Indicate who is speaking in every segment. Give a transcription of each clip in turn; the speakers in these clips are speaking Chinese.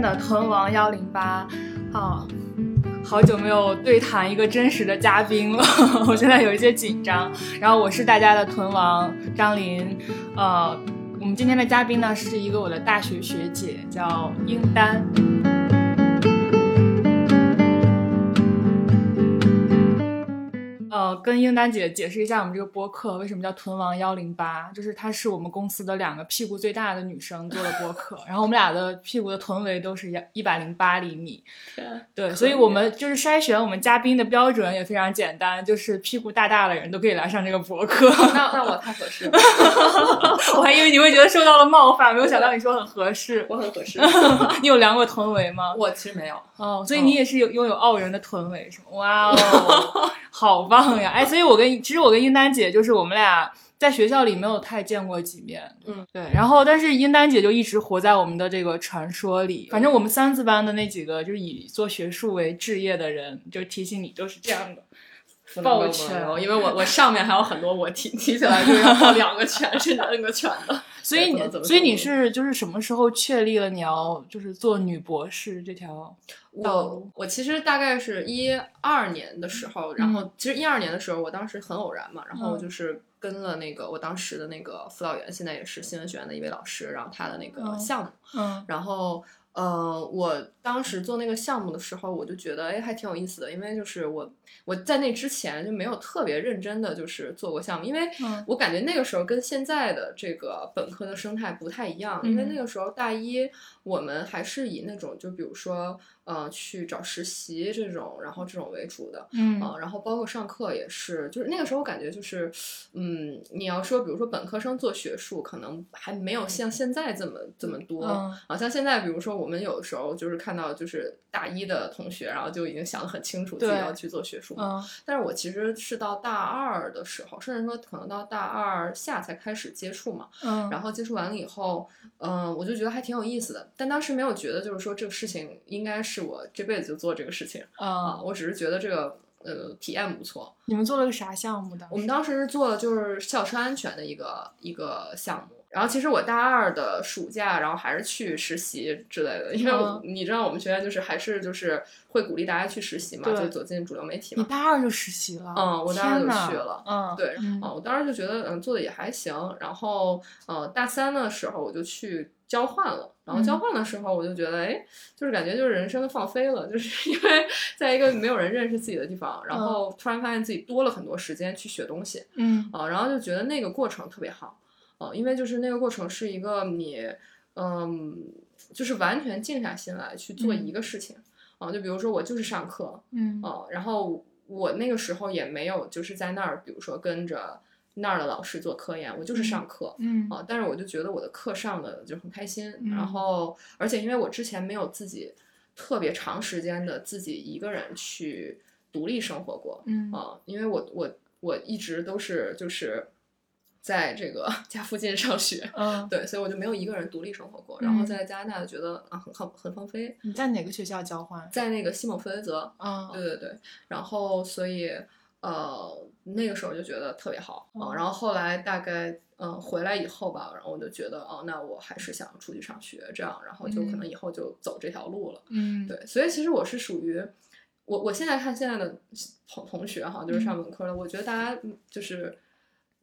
Speaker 1: 的豚王幺零八，啊，好久没有对谈一个真实的嘉宾了， 我现在有一些紧张。然后我是大家的豚王张琳，呃，我们今天的嘉宾呢是一个我的大学学姐，叫英丹。呃，跟英丹姐解释一下我们这个播客为什么叫“臀王幺零八”，就是她是我们公司的两个屁股最大的女生做的播客，然后我们俩的屁股的臀围都是一百零八厘米， 对，所以我们就是筛选我们嘉宾的标准也非常简单，就是屁股大大的人都可以来上这个播客。
Speaker 2: 那那我太合适了，
Speaker 1: 我还以为你会觉得受到了冒犯，没有想到你说很合适。
Speaker 2: 我很合适。
Speaker 1: 你有量过臀围吗？
Speaker 2: 我其实没有，
Speaker 1: 哦，所以
Speaker 2: 嗯
Speaker 1: 你也是有拥有傲人的臀围是吗？哇哦，好棒呀！哎，所以我跟其实我跟英丹姐就是我们俩在学校里没有太见过几面，
Speaker 2: 嗯，
Speaker 1: 对。然后但是英丹姐就一直活在我们的这个传说里。反正我们三字班的那几个就是以做学术为置业的人，就提起你都是这样的。
Speaker 2: 不能够
Speaker 1: 抱拳
Speaker 2: 不能够因为我我上面还有很多我提提起来就要抱两个拳甚至摁个拳 的。
Speaker 1: 所以
Speaker 2: 不
Speaker 1: 你
Speaker 2: 能这么
Speaker 1: 所以
Speaker 2: 说
Speaker 1: 你是就是什么时候确立了你要就是做女博士这条？
Speaker 2: 我我其实大概是一二年的时候，然后其实一二年的时候，我当时很偶然嘛，然后我就是跟了那个我当时的那个辅导员，现在也是新闻学院的一位老师，然后他的那个
Speaker 1: 嗯
Speaker 2: 项目。
Speaker 1: 嗯
Speaker 2: 然后呃，我当时做那个项目的时候，我就觉得哎，还挺有意思的，因为就是我我在那之前就没有特别认真的就是做过项目，因为
Speaker 1: 嗯
Speaker 2: 我感觉那个时候跟现在的这个本科的生态不太一样，因为
Speaker 1: 嗯
Speaker 2: 那个时候大一我们还是以那种就比如说呃去找实习这种，然后这种为主的，
Speaker 1: 嗯
Speaker 2: 啊，然后包括上课也是，就是那个时候我感觉就是，嗯，你要说比如说本科生做学术，可能还没有像现在这么这么多。
Speaker 1: 嗯
Speaker 2: 好像现在，比如说我们有的时候就是看到就是大一的同学，然后就已经想得很清楚自己
Speaker 1: 对
Speaker 2: 要去做学术嘛。
Speaker 1: 嗯
Speaker 2: 但是我其实是到大二的时候，甚至说可能到大二下才开始接触嘛。
Speaker 1: 嗯，
Speaker 2: 然后接触完了以后，嗯、我就觉得还挺有意思的，但当时没有觉得就是说这个事情应该是我这辈子就做这个事情。啊，
Speaker 1: 嗯，
Speaker 2: 我只是觉得这个呃体验不错。
Speaker 1: 你们做了个啥项目的？
Speaker 2: 我们当时是做了就是校车安全的一个一个项目。然后其实我大二的暑假，然后还是去实习之类的，因为
Speaker 1: 嗯
Speaker 2: 我、你知道我们学院就是还是就是会鼓励大家去实习嘛，
Speaker 1: 对
Speaker 2: 就走进主流媒体
Speaker 1: 你
Speaker 2: 嘛。
Speaker 1: 大二就实习了？
Speaker 2: 嗯我大二
Speaker 1: 天
Speaker 2: 就
Speaker 1: 呐
Speaker 2: 去了
Speaker 1: 嗯，
Speaker 2: 对，
Speaker 1: 嗯
Speaker 2: 啊，我当时就觉得嗯做的也还行。然后呃大三的时候我就去交换了，然后交
Speaker 1: 嗯
Speaker 2: 换的时候我就觉得哎，就是感觉就是人生放飞了，就是因为在一个没有人认识自己的地方，然
Speaker 1: 嗯
Speaker 2: 后突然发现自己多了很多时间去学东西
Speaker 1: 嗯
Speaker 2: 啊，然后就觉得那个过程特别好啊，因为就是那个过程是一个你嗯就是完全静下心来去做
Speaker 1: 嗯
Speaker 2: 一个事情啊，就比如说我就是上课，
Speaker 1: 嗯
Speaker 2: 哦，然后我那个时候也没有就是在那儿，比如说跟着那儿的老师做科研，我就是上课。
Speaker 1: 嗯
Speaker 2: 啊，但是我就觉得我的课上的就很开心，
Speaker 1: 嗯
Speaker 2: 然后而且因为我之前没有自己特别长时间的自己一个人去独立生活过，
Speaker 1: 嗯
Speaker 2: 啊，因为我我我一直都是就是在这个 家附近上学，
Speaker 1: 嗯，
Speaker 2: 对，所以我就没有一个人独立生活过，然后
Speaker 1: 嗯
Speaker 2: 在加拿大就觉得啊很很很放飞，
Speaker 1: 你在哪个学校交换？
Speaker 2: 在那个西蒙菲雷泽，
Speaker 1: 嗯
Speaker 2: 对对对，然后所以呃那个时候就觉得特别好啊、
Speaker 1: 嗯
Speaker 2: 然后后来大概嗯、呃回来以后吧，然后我就觉得哦，那我还是想出去上学这样，然后就可能以后就走这条路了。
Speaker 1: 嗯，
Speaker 2: 对，所以其实我是属于我我现在看现在的同同学哈，就是上
Speaker 1: 嗯
Speaker 2: 本科的，我觉得大家嗯就是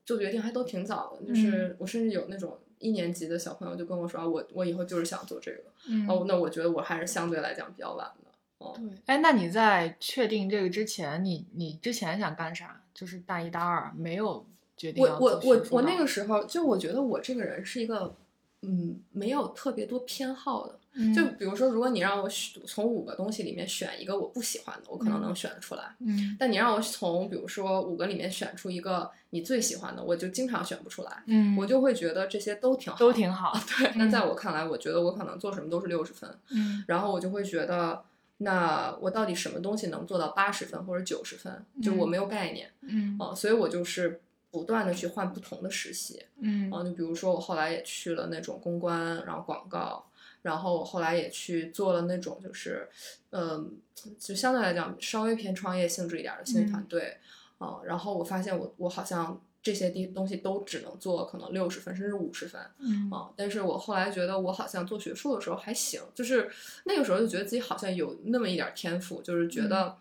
Speaker 2: 做决定还都挺早
Speaker 1: 嗯
Speaker 2: 的，就是我甚至有那种。一年级的小朋友就跟我说啊，我我以后就是想做这个。
Speaker 1: 嗯
Speaker 2: 哦，那我觉得我还是相对来讲比较晚的。
Speaker 1: 对。哎，那你在确定这个之前，你你之前想干啥？就是大一大二没有决定
Speaker 2: 我
Speaker 1: 要
Speaker 2: 我
Speaker 1: 做
Speaker 2: 我
Speaker 1: 学术
Speaker 2: 我
Speaker 1: 吗
Speaker 2: 那个时候就我觉得我这个人是一个，嗯，没有特别多偏好的。
Speaker 1: 嗯
Speaker 2: 就比如说，如果你让我选从五个东西里面选一个我不喜欢的，我可能
Speaker 1: 嗯
Speaker 2: 能选得出来。
Speaker 1: 嗯
Speaker 2: 但你让我从比如说五个里面选出一个你最喜欢的，我就经常选不出来，
Speaker 1: 嗯，
Speaker 2: 我就会觉得这些都挺好，
Speaker 1: 都挺好。
Speaker 2: 对。那
Speaker 1: 嗯
Speaker 2: 在我看来，我觉得我可能做什么都是六十分，
Speaker 1: 嗯
Speaker 2: 然后我就会觉得。那我到底什么东西能做到八十分或者九十分？就我
Speaker 1: 嗯
Speaker 2: 没有概念
Speaker 1: 嗯
Speaker 2: 啊、所以我就是不断的去换不同的实习。
Speaker 1: 嗯
Speaker 2: 啊，就比如说我后来也去了那种公关，然后广告，然后我后来也去做了那种就是，嗯，就相对来讲稍微偏创业性质一点儿的新
Speaker 1: 嗯
Speaker 2: 团队，啊，然后我发现我我好像这些地东西都只能做可能六十分甚至五十分
Speaker 1: 嗯
Speaker 2: 啊。但是我后来觉得我好像做学术的时候还行，就是那个时候就觉得自己好像有那么一点儿天赋，就是觉得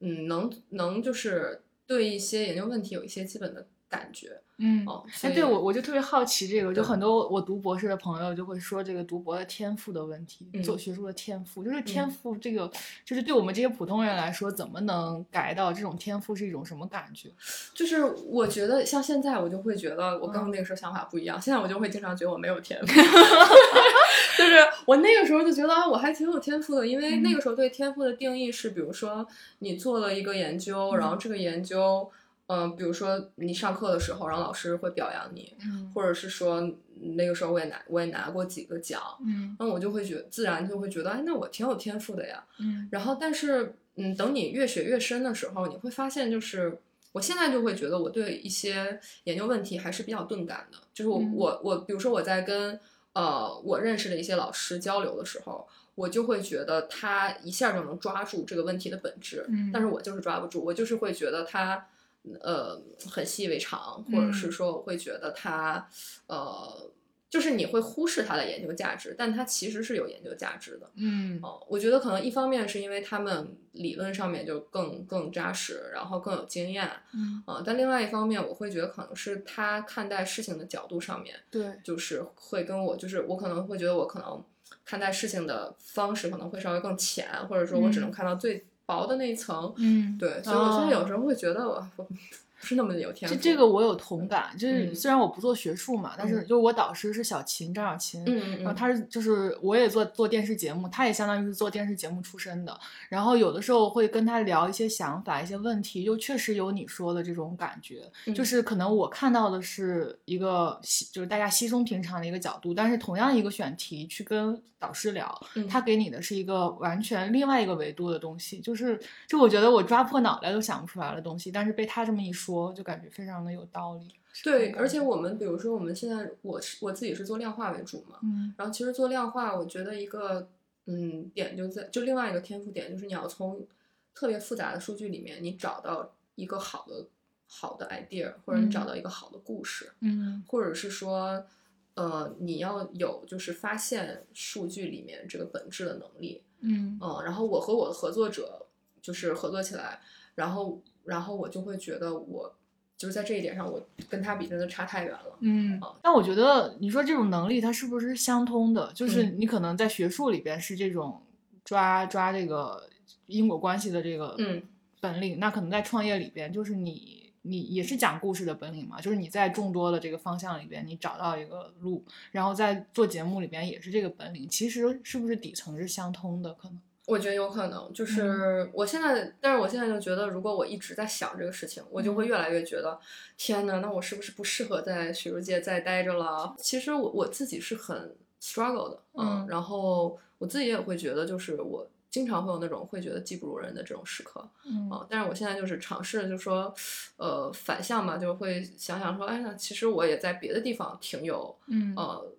Speaker 2: 嗯能能就是对一些研究问题有一些基本的感觉
Speaker 1: 嗯。
Speaker 2: 哦。所
Speaker 1: 哎，
Speaker 2: 以
Speaker 1: 对我我就特别好奇这个，就
Speaker 2: 对
Speaker 1: 很多我读博士的朋友就会说这个读博的天赋的问题，
Speaker 2: 嗯
Speaker 1: 做学术的天赋，就是天
Speaker 2: 嗯
Speaker 1: 赋这个，就是对我们这些普通人来说，怎么能改到这种天赋是一种什么感觉？
Speaker 2: 就是我觉得像现在我就会觉得我
Speaker 1: 嗯
Speaker 2: 跟那个时候想法不一样，现在我就会经常觉得我没有天 赋，就是我那个时候就觉得啊我还挺有天赋的，因为
Speaker 1: 嗯
Speaker 2: 那个时候对天赋的定义是，比如说你做了一个研究，
Speaker 1: 嗯
Speaker 2: 然后这个研究，嗯、比如说你上课的时候，然后老师会表扬你，
Speaker 1: 嗯
Speaker 2: 或者是说那个时候我也拿我也拿过几个奖，
Speaker 1: 嗯
Speaker 2: 那我就会觉自然就会觉得，哎，那我挺有天赋的呀，
Speaker 1: 嗯
Speaker 2: 然后，但是，嗯，等你越学越深的时候，你会发现，就是我现在就会觉得我对一些研究问题还是比较钝感的。就是我、
Speaker 1: 嗯
Speaker 2: 我我，比如说我在跟呃我认识的一些老师交流的时候，我就会觉得他一下就能抓住这个问题的本质，
Speaker 1: 嗯
Speaker 2: 但是我就是抓不住，我就是会觉得他。呃，很习以为常，或者是
Speaker 1: 嗯
Speaker 2: 说，我会觉得他，呃，就是你会忽视它的研究价值，但它其实是有研究价值的。
Speaker 1: 嗯
Speaker 2: 哦，我觉得可能一方面是因为他们理论上面就更更扎实，然后更有经验啊、
Speaker 1: 嗯，
Speaker 2: 呃但另外一方面，我会觉得可能是他看待事情的角度上面，
Speaker 1: 对，
Speaker 2: 就是会跟我，就是我可能会觉得我可能看待事情的方式可能会稍微更浅，或者说我只
Speaker 1: 嗯
Speaker 2: 能看到最薄的那一层。
Speaker 1: 嗯
Speaker 2: 对，所以我现在
Speaker 1: 哦
Speaker 2: 有时候会觉得我我不是那么有天赋。
Speaker 1: 这这个，我有同感，就是
Speaker 2: 嗯
Speaker 1: 虽然我不做学术嘛，但是
Speaker 2: 嗯
Speaker 1: 就是我导师是小秦张小琴，
Speaker 2: 嗯嗯
Speaker 1: 然后
Speaker 2: 嗯，
Speaker 1: 哦他是就是我也做做电视节目，他也相当于是做电视节目出身的。然后有的时候会跟他聊一些想法、一些问题，就确实有你说的这种感觉，就
Speaker 2: 嗯
Speaker 1: 是可能我看到的是一个稀就是大家稀松平常的一个角度，但是同样一个选题去跟导师聊，
Speaker 2: 嗯
Speaker 1: 他给你的是一个完全另外一个维度的东西，就是就我觉得我抓破脑袋都想不出来的东西，但是被他这么一说，就感觉非常的有道理。
Speaker 2: 对，
Speaker 1: 感
Speaker 2: 而且
Speaker 1: 觉
Speaker 2: 我们比如说我们现在我是我自己是做量化为主嘛，
Speaker 1: 嗯
Speaker 2: 然后其实做量化，我觉得一个嗯点就在就另外一个天赋点就是你要从特别复杂的数据里面，你找到一个好的好的 idea，或者你找
Speaker 1: 嗯
Speaker 2: 到一个好的故事，
Speaker 1: 嗯
Speaker 2: 或者是说呃你要有就是发现数据里面这个本质的能力。
Speaker 1: 嗯
Speaker 2: 嗯，然后我和我的合作者就是合作起来，然后然后我就会觉得我就是在这一点上，我跟他比真的差太远了。
Speaker 1: 嗯
Speaker 2: 哦，
Speaker 1: 但我觉得你说这种能力它是不是相通的？就是你可能在学术里边是这种抓抓这个因果关系的这个
Speaker 2: 嗯
Speaker 1: 本领，那可能在创业里边就是你你也是讲故事的本领嘛，就是你在众多的这个方向里边你找到一个路，然后在做节目里边也是这个本领，其实是不是底层是相通的？可能
Speaker 2: 我觉得有可能，
Speaker 1: 嗯
Speaker 2: 就是我现在，但是我现在就觉得，如果我一直在想这个事情，我就
Speaker 1: 嗯
Speaker 2: 会越来越觉得，天哪，那我是不是不适合在学术界再待着了？其实我我自己是很 struggle 的，
Speaker 1: 嗯
Speaker 2: 然后我自己也会觉得，就是我经常会有那种会觉得技不如人的这种时刻，
Speaker 1: 嗯
Speaker 2: 啊，但是我现在就是尝试，就说，呃，反向嘛，就会想想说，哎，那其实我也在别的地方挺有
Speaker 1: 嗯
Speaker 2: 呃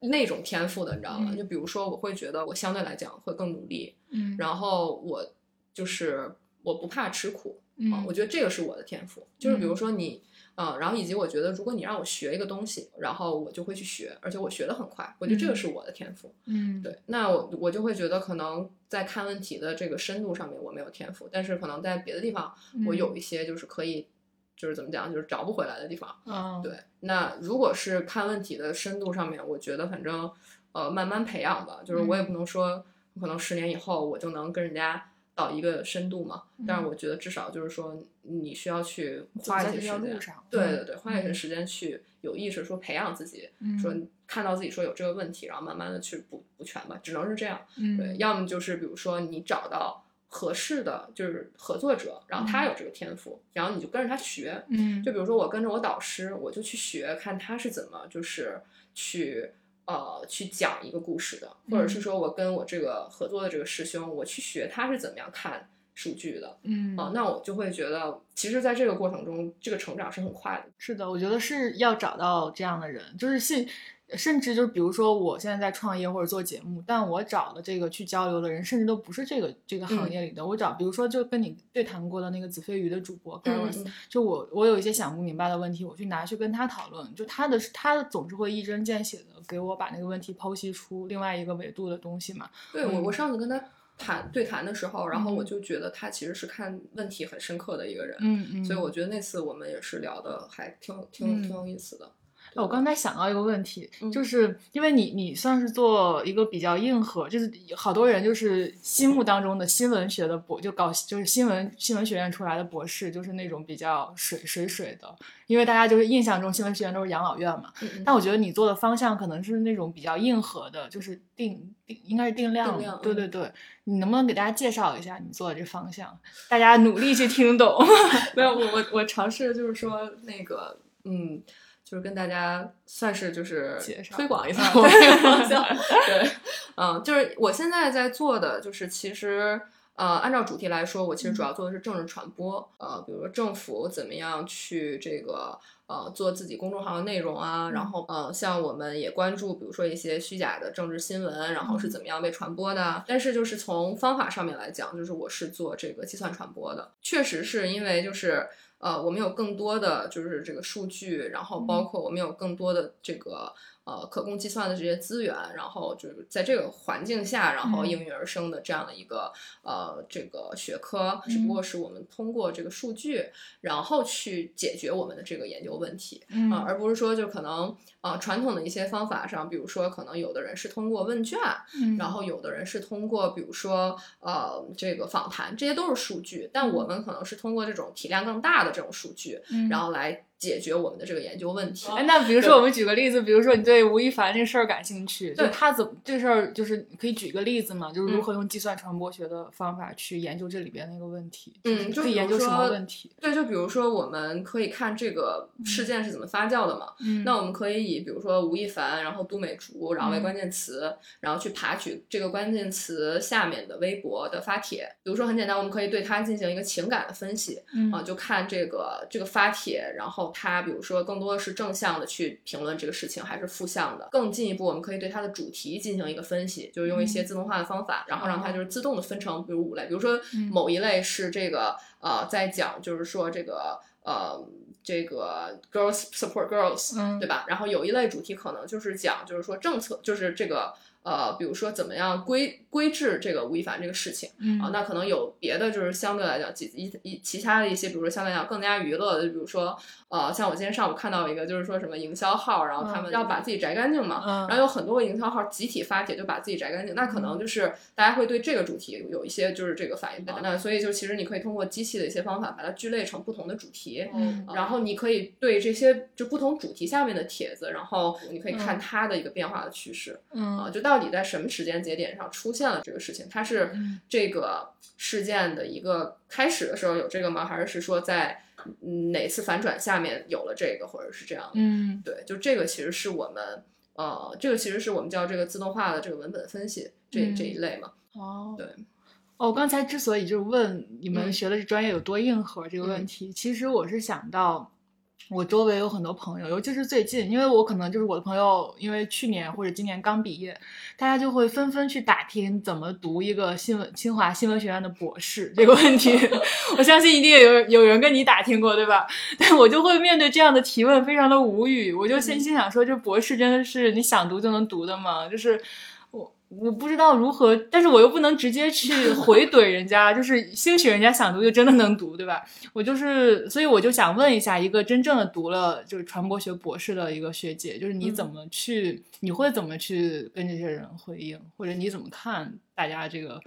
Speaker 2: 那种天赋的，你知道吗？
Speaker 1: 嗯
Speaker 2: 就比如说，我会觉得我相对来讲会更努力，
Speaker 1: 嗯
Speaker 2: 然后我就是我不怕吃苦啊、
Speaker 1: 嗯
Speaker 2: 我觉得这个是我的天赋。就是比
Speaker 1: 嗯
Speaker 2: 如说你，啊，然后以及我觉得，如果你让我学一个东西，然后我就会去学，而且我学的很快，我觉得这个
Speaker 1: 嗯
Speaker 2: 是我的天赋。
Speaker 1: 嗯
Speaker 2: 对，那我我就会觉得可能在看问题的这个深度上面我没有天赋，但是可能在别的地方
Speaker 1: 嗯
Speaker 2: 我有一些就是可以，就是怎么讲，就是找不回来的地方。
Speaker 1: 嗯
Speaker 2: 对，那如果是看问题的深度上面，我觉得反正呃慢慢培养吧，就是我也
Speaker 1: 嗯
Speaker 2: 不能说可能十年以后我就能跟人家到一个深度嘛，但是
Speaker 1: 嗯
Speaker 2: 我觉得至少就是说你需要去
Speaker 1: 走
Speaker 2: 花
Speaker 1: 在这
Speaker 2: 一些时
Speaker 1: 条
Speaker 2: 间
Speaker 1: 路上，
Speaker 2: 对
Speaker 1: 嗯
Speaker 2: 对对，花一些时间去有意识说培养自己，
Speaker 1: 嗯
Speaker 2: 说看到自己说有这个问题，然后慢慢的去补补全吧，只能是这样。
Speaker 1: 嗯
Speaker 2: 对，要么就是比如说你找到合适的就是合作者，然后他
Speaker 1: 嗯
Speaker 2: 有这个天赋，然后你就跟着他学。
Speaker 1: 嗯
Speaker 2: 就比如说我跟着我导师，我就去学，看他是怎么就是去呃去讲一个故事的，或者是
Speaker 1: 嗯
Speaker 2: 说我跟我这个合作的这个师兄，我去学他是怎么样看数据的。
Speaker 1: 嗯
Speaker 2: 啊、那我就会觉得，其实在这个过程中，这个成长是很快的。
Speaker 1: 是的，我觉得是要找到这样的人，就是信，甚至就是比如说我现在在创业或者做节目，但我找的这个去交流的人，甚至都不是这个这个行业里的。我找比如说就跟你对谈过的那个子非鱼的主播 g a r s 就我我有一些想不明白的问题，我去拿去跟他讨论，就他的他总是会一针见血的给我把那个问题剖析出另外一个维度的东西嘛。
Speaker 2: 对我，
Speaker 1: 嗯
Speaker 2: 我上次跟他谈对谈的时候，然后我就觉得他其实是看问题很深刻的一个人，
Speaker 1: 嗯嗯
Speaker 2: 所以我觉得那次我们也是聊的还挺挺挺有意思的。
Speaker 1: 哎嗯我刚才想到一个问题，
Speaker 2: 嗯
Speaker 1: 就是因为你你算是做一个比较硬核，就是好多人就是心目当中的新闻学的博，就搞就是新闻新闻学院出来的博士，就是那种比较水水水的，因为大家就是印象中新闻学院都是养老院嘛。
Speaker 2: 嗯嗯
Speaker 1: 但我觉得你做的方向可能是那种比较硬核的，就是定定应该是定量的，
Speaker 2: 定量
Speaker 1: 对
Speaker 2: 嗯
Speaker 1: 对对。你能不能给大家介绍一下你做的这方向，大家努力去听懂？
Speaker 2: 没有，我我我尝试就是说那个，嗯，就是跟大家算是就是
Speaker 1: 介绍
Speaker 2: 推广一下
Speaker 1: 啊
Speaker 2: 我这个方向。 对，嗯，就是我现在在做的就是其实。呃，按照主题来说，我其实
Speaker 1: 嗯
Speaker 2: 主要做的是政治传播，呃，比如说政府怎么样去这个呃做自己公众号的内容啊，
Speaker 1: 嗯
Speaker 2: 然后呃，像我们也关注，比如说一些虚假的政治新闻，然后
Speaker 1: 嗯
Speaker 2: 是怎么样被传播的。但是就是从方法上面来讲，就是我是做这个计算传播的，确实是因为就是呃，我们有更多的就是这个数据，然后
Speaker 1: 嗯
Speaker 2: 包括我们有更多的这个呃可供计算的这些资源，然后就是在这个环境下，然后
Speaker 1: 嗯
Speaker 2: 应运而生的这样的一个呃这个学科，只不
Speaker 1: 嗯
Speaker 2: 过是我们通过这个数据，然后去解决我们的这个研究问题。啊、
Speaker 1: 嗯
Speaker 2: 而不是说就可能呃传统的一些方法上，比如说可能有的人是通过问卷，
Speaker 1: 嗯
Speaker 2: 然后有的人是通过比如说呃这个访谈，这些都是数据，但我们可能是通过这种体量更大的这种数据，
Speaker 1: 嗯
Speaker 2: 然后来解决我们的这个研究问题。
Speaker 1: 哎，那比如说，我们举个例子，比如说你对吴亦凡这事儿感兴趣，就
Speaker 2: 对
Speaker 1: 他怎么这事儿，就是你可以举一个例子嘛，就是如
Speaker 2: 嗯
Speaker 1: 何用计算传播学的方法去研究这里边那个问题，
Speaker 2: 嗯
Speaker 1: 是
Speaker 2: 就
Speaker 1: 可以
Speaker 2: 比
Speaker 1: 研
Speaker 2: 如
Speaker 1: 究什么
Speaker 2: 说
Speaker 1: 问题？
Speaker 2: 对，就比如说我们可以看这个事件是怎么发酵的嘛，
Speaker 1: 嗯
Speaker 2: 那我们可以以比如说吴亦凡，然后都美竹，然后为
Speaker 1: 嗯
Speaker 2: 关键词，然后去爬取这个关键词下面的微博的发帖。比如说很简单，我们可以对它进行一个情感的分析
Speaker 1: 嗯
Speaker 2: 啊、就看这个这个发帖，然后它比如说更多的是正向的去评论这个事情，还是负向的。更进一步，我们可以对它的主题进行一个分析，就是用一
Speaker 1: 嗯
Speaker 2: 些
Speaker 1: 哦
Speaker 2: 自动化的方法，然后让它就是自动的分成，比如五类，比如说
Speaker 1: 嗯
Speaker 2: 某一类是这个呃在讲就是说这个呃这个 girls support girls。
Speaker 1: 嗯
Speaker 2: 对吧？然后有一类主题可能就是讲，就是说政策，就是这个呃，比如说怎么样规规制这个吴亦凡这个事情
Speaker 1: 嗯
Speaker 2: 啊、那可能有别的，就是相对来讲，其一一其他的一些，比如说相对来讲更加娱乐的，就比如说呃，像我今天上午看到一个，就是说什么营销号，然后他
Speaker 1: 嗯
Speaker 2: 们要把自己摘干净嘛，
Speaker 1: 嗯
Speaker 2: 哦然后有很多个营销号集体发帖，就把自己摘干净。那可能就是大家会对这个主题有一些就是这个反应吧。那所以就其实你可以通过机器的一些方法，把它聚类成不同的主题。
Speaker 1: 嗯
Speaker 2: 然后你可以对这些就不同主题下面的帖子，然后你可以看它的一个变化的趋势啊，
Speaker 1: 嗯
Speaker 2: 就到底在什么时间节点上出现了这个事情，它是
Speaker 1: 嗯
Speaker 2: 这个事件的一个开始的时候有这个吗？还是说在嗯哪次反转下面有了这个，或者是这样的？
Speaker 1: 嗯
Speaker 2: 对，就这个其实是我们呃，这个其实是我们叫这个自动化的这个文本分析这
Speaker 1: 嗯
Speaker 2: 这一类嘛。
Speaker 1: 哦
Speaker 2: 对。
Speaker 1: 哦，我刚才之所以就是问你们
Speaker 2: 嗯
Speaker 1: 学的这专业有多硬核这个问
Speaker 2: 嗯
Speaker 1: 题，其实我是想到我周围有很多朋友，尤其是最近，因为我可能就是我的朋友，因为去年或者今年刚毕业，大家就会纷纷去打听怎么读一个新闻清华新闻学院的博士这个问 题。我相信一定也有人有人跟你打听过，对吧？但我就会面对这样的提问，非常的无语。我就心
Speaker 2: 嗯
Speaker 1: 心想说，这博士真的是你想读就能读的吗？就是我我不知道如何，但是我又不能直接去回怼人家，就是兴许人家想读就真的能读，对吧？我就是，所以我就想问一下，一个真正的读了就是传播学博士的一个学姐，就是你
Speaker 2: 嗯
Speaker 1: 怎么去，你会怎么去跟这些人回应，或者你怎么看大家这个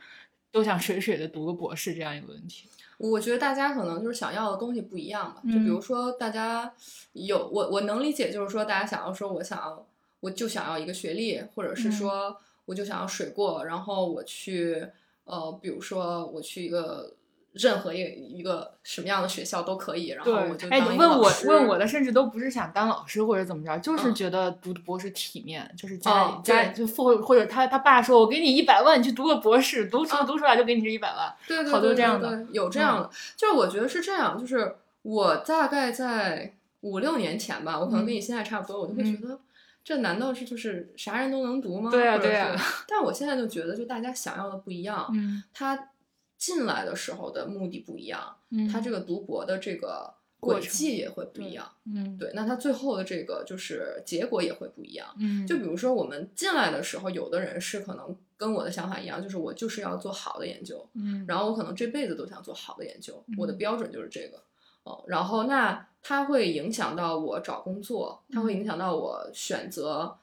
Speaker 1: 都想水水的读个博士这样一个问题？
Speaker 2: 我觉得大家可能就是想要的东西不一样吧，就
Speaker 1: 嗯
Speaker 2: 比如说大家有我我能理解，就是说大家想要说我想要我就想要一个学历，或者是
Speaker 1: 嗯
Speaker 2: 说我就想要水过，然后我去呃，比如说我去一个。任何一个一个什么样的学校都可以，然后我就
Speaker 1: 哎，
Speaker 2: 当
Speaker 1: 你
Speaker 2: 一
Speaker 1: 问
Speaker 2: 个老
Speaker 1: 我
Speaker 2: 师
Speaker 1: 问我的，甚至都不是想当老师或者怎么着，就是
Speaker 2: 嗯
Speaker 1: 觉得读博士体面，就是家里、
Speaker 2: 哦
Speaker 1: 家里
Speaker 2: 对
Speaker 1: 就父或者他他爸说，我给你一百万，你去读个博士，读出、
Speaker 2: 啊
Speaker 1: 读出来就给你这一百万。
Speaker 2: 对对
Speaker 1: 好多
Speaker 2: 对
Speaker 1: 这样
Speaker 2: 对
Speaker 1: 的嗯
Speaker 2: 对有这样的，就是我觉得是这样，
Speaker 1: 嗯
Speaker 2: 就是我大概在五六年前吧，我可能跟你现在差不多，我就会觉得这难道是就是啥人都能读吗？
Speaker 1: 对啊
Speaker 2: 或者
Speaker 1: 对啊
Speaker 2: 是。但我现在就觉得，就大家想要的不一样，
Speaker 1: 嗯
Speaker 2: 他进来的时候的目的不一样，
Speaker 1: 嗯
Speaker 2: 他这个读博的这个
Speaker 1: 过
Speaker 2: 轨
Speaker 1: 程
Speaker 2: 迹也会不一样。
Speaker 1: 嗯
Speaker 2: 对，那他最后的这个就是结果也会不一样。
Speaker 1: 嗯
Speaker 2: 就比如说我们进来的时候，有的人是可能跟我的想法一样，就是我就是要做好的研究，
Speaker 1: 嗯
Speaker 2: 然后我可能这辈子都想做好的研究，我的
Speaker 1: 嗯
Speaker 2: 标准就是这个。哦，然后那它会影响到我找工作，它会
Speaker 1: 嗯
Speaker 2: 影响到我选择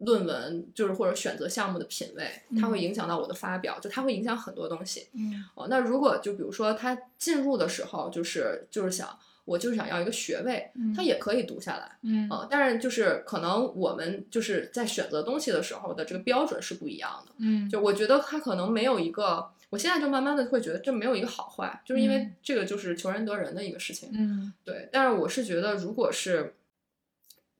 Speaker 2: 论文，就是或者选择项目的品味，它会
Speaker 1: 嗯
Speaker 2: 影响到我的发表，就它会影响很多东西。
Speaker 1: 嗯
Speaker 2: 哦，那如果就比如说他进入的时候，就是就是想我就是想要一个学位，
Speaker 1: 嗯
Speaker 2: 他也可以读下来。
Speaker 1: 嗯
Speaker 2: 啊、但是就是可能我们就是在选择东西的时候的这个标准是不一样的。
Speaker 1: 嗯
Speaker 2: 就我觉得他可能没有一个，我现在就慢慢的会觉得这没有一个好坏，就是因为
Speaker 1: 嗯
Speaker 2: 这个就是求人得人的一个事情。
Speaker 1: 嗯
Speaker 2: 对，但是我是觉得，如果是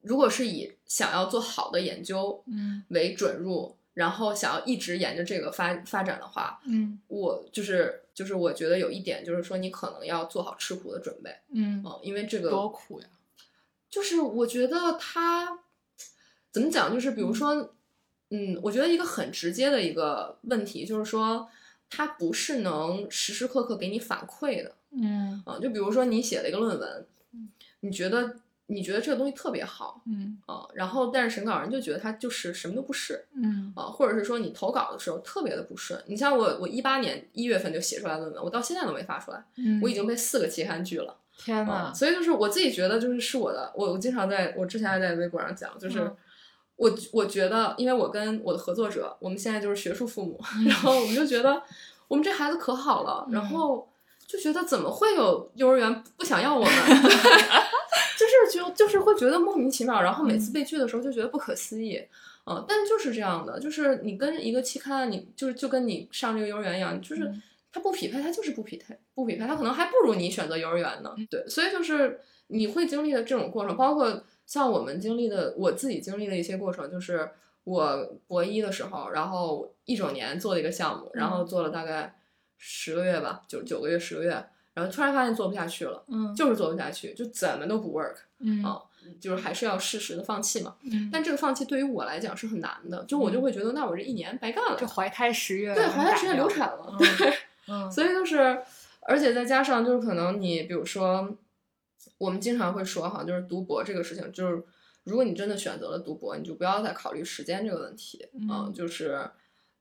Speaker 2: 如果是以想要做好的研究
Speaker 1: 嗯
Speaker 2: 为准入，然后想要一直沿着这个发发展的话，
Speaker 1: 嗯
Speaker 2: 我就是就是我觉得有一点就是说，你可能要做好吃苦的准备，
Speaker 1: 嗯，
Speaker 2: 嗯，因为这个
Speaker 1: 多苦呀！
Speaker 2: 就是我觉得他怎么讲，就是比如说，嗯，我觉得一个很直接的一个问题就是说，他不是能时时刻刻给你反馈的，
Speaker 1: 嗯
Speaker 2: 嗯，就比如说你写了一个论文
Speaker 1: 嗯，
Speaker 2: 你觉得你觉得这个东西特别好。
Speaker 1: 嗯
Speaker 2: 啊、然后但是审稿人就觉得他就是什么都不是
Speaker 1: 嗯
Speaker 2: 啊、或者是说你投稿的时候特别的不顺。你像我，我一八年一月份就写出来论文，我到现在都没发出来，
Speaker 1: 嗯，
Speaker 2: 我已经被四个期刊拒了。
Speaker 1: 天
Speaker 2: 啊，
Speaker 1: 呐，
Speaker 2: 所以就是我自己觉得，就是是我的，我我经常在我之前还在微博上讲，就是、
Speaker 1: 嗯
Speaker 2: 我我觉得，因为我跟我的合作者，我们现在就是学术父母，
Speaker 1: 嗯
Speaker 2: 然后我们就觉得我们这孩子可好了，
Speaker 1: 嗯
Speaker 2: 然后就觉得怎么会有幼儿园不想要我们？ 就是就就是会觉得莫名其妙，然后每
Speaker 1: 嗯
Speaker 2: 次被拒的时候就觉得不可思议，嗯、但就是这样的，就是你跟一个期刊，你就是就跟你上这个幼儿园一样，就是
Speaker 1: 嗯
Speaker 2: 它不匹配，它就是不匹配，不匹配，它可能还不如你选择幼儿园
Speaker 1: 嗯
Speaker 2: 呢。对，所以就是你会经历的这种过程，包括像我们经历的，我自己经历的一些过程，就是我博一的时候，然后一整年做了一个项目，然
Speaker 1: 嗯
Speaker 2: 后做了大概十个月吧，九九个月十个月，然后突然发现做不下去了，
Speaker 1: 嗯
Speaker 2: 就是做不下去，就怎么都不 work，
Speaker 1: 嗯
Speaker 2: 啊就是还是要适时的放弃嘛。
Speaker 1: 嗯，
Speaker 2: 但这个放弃对于我来讲是很难的，就我就会觉得，那我这一年白干了，
Speaker 1: 就怀胎十月，
Speaker 2: 对，怀胎十月流
Speaker 1: 流
Speaker 2: 产了，
Speaker 1: 对，嗯
Speaker 2: 所以就是，而且再加上就是可能你比如说，我们经常会说哈，就是读博这个事情，就是如果你真的选择了读博，你就不要再考虑时间这个问题，
Speaker 1: 嗯
Speaker 2: 就是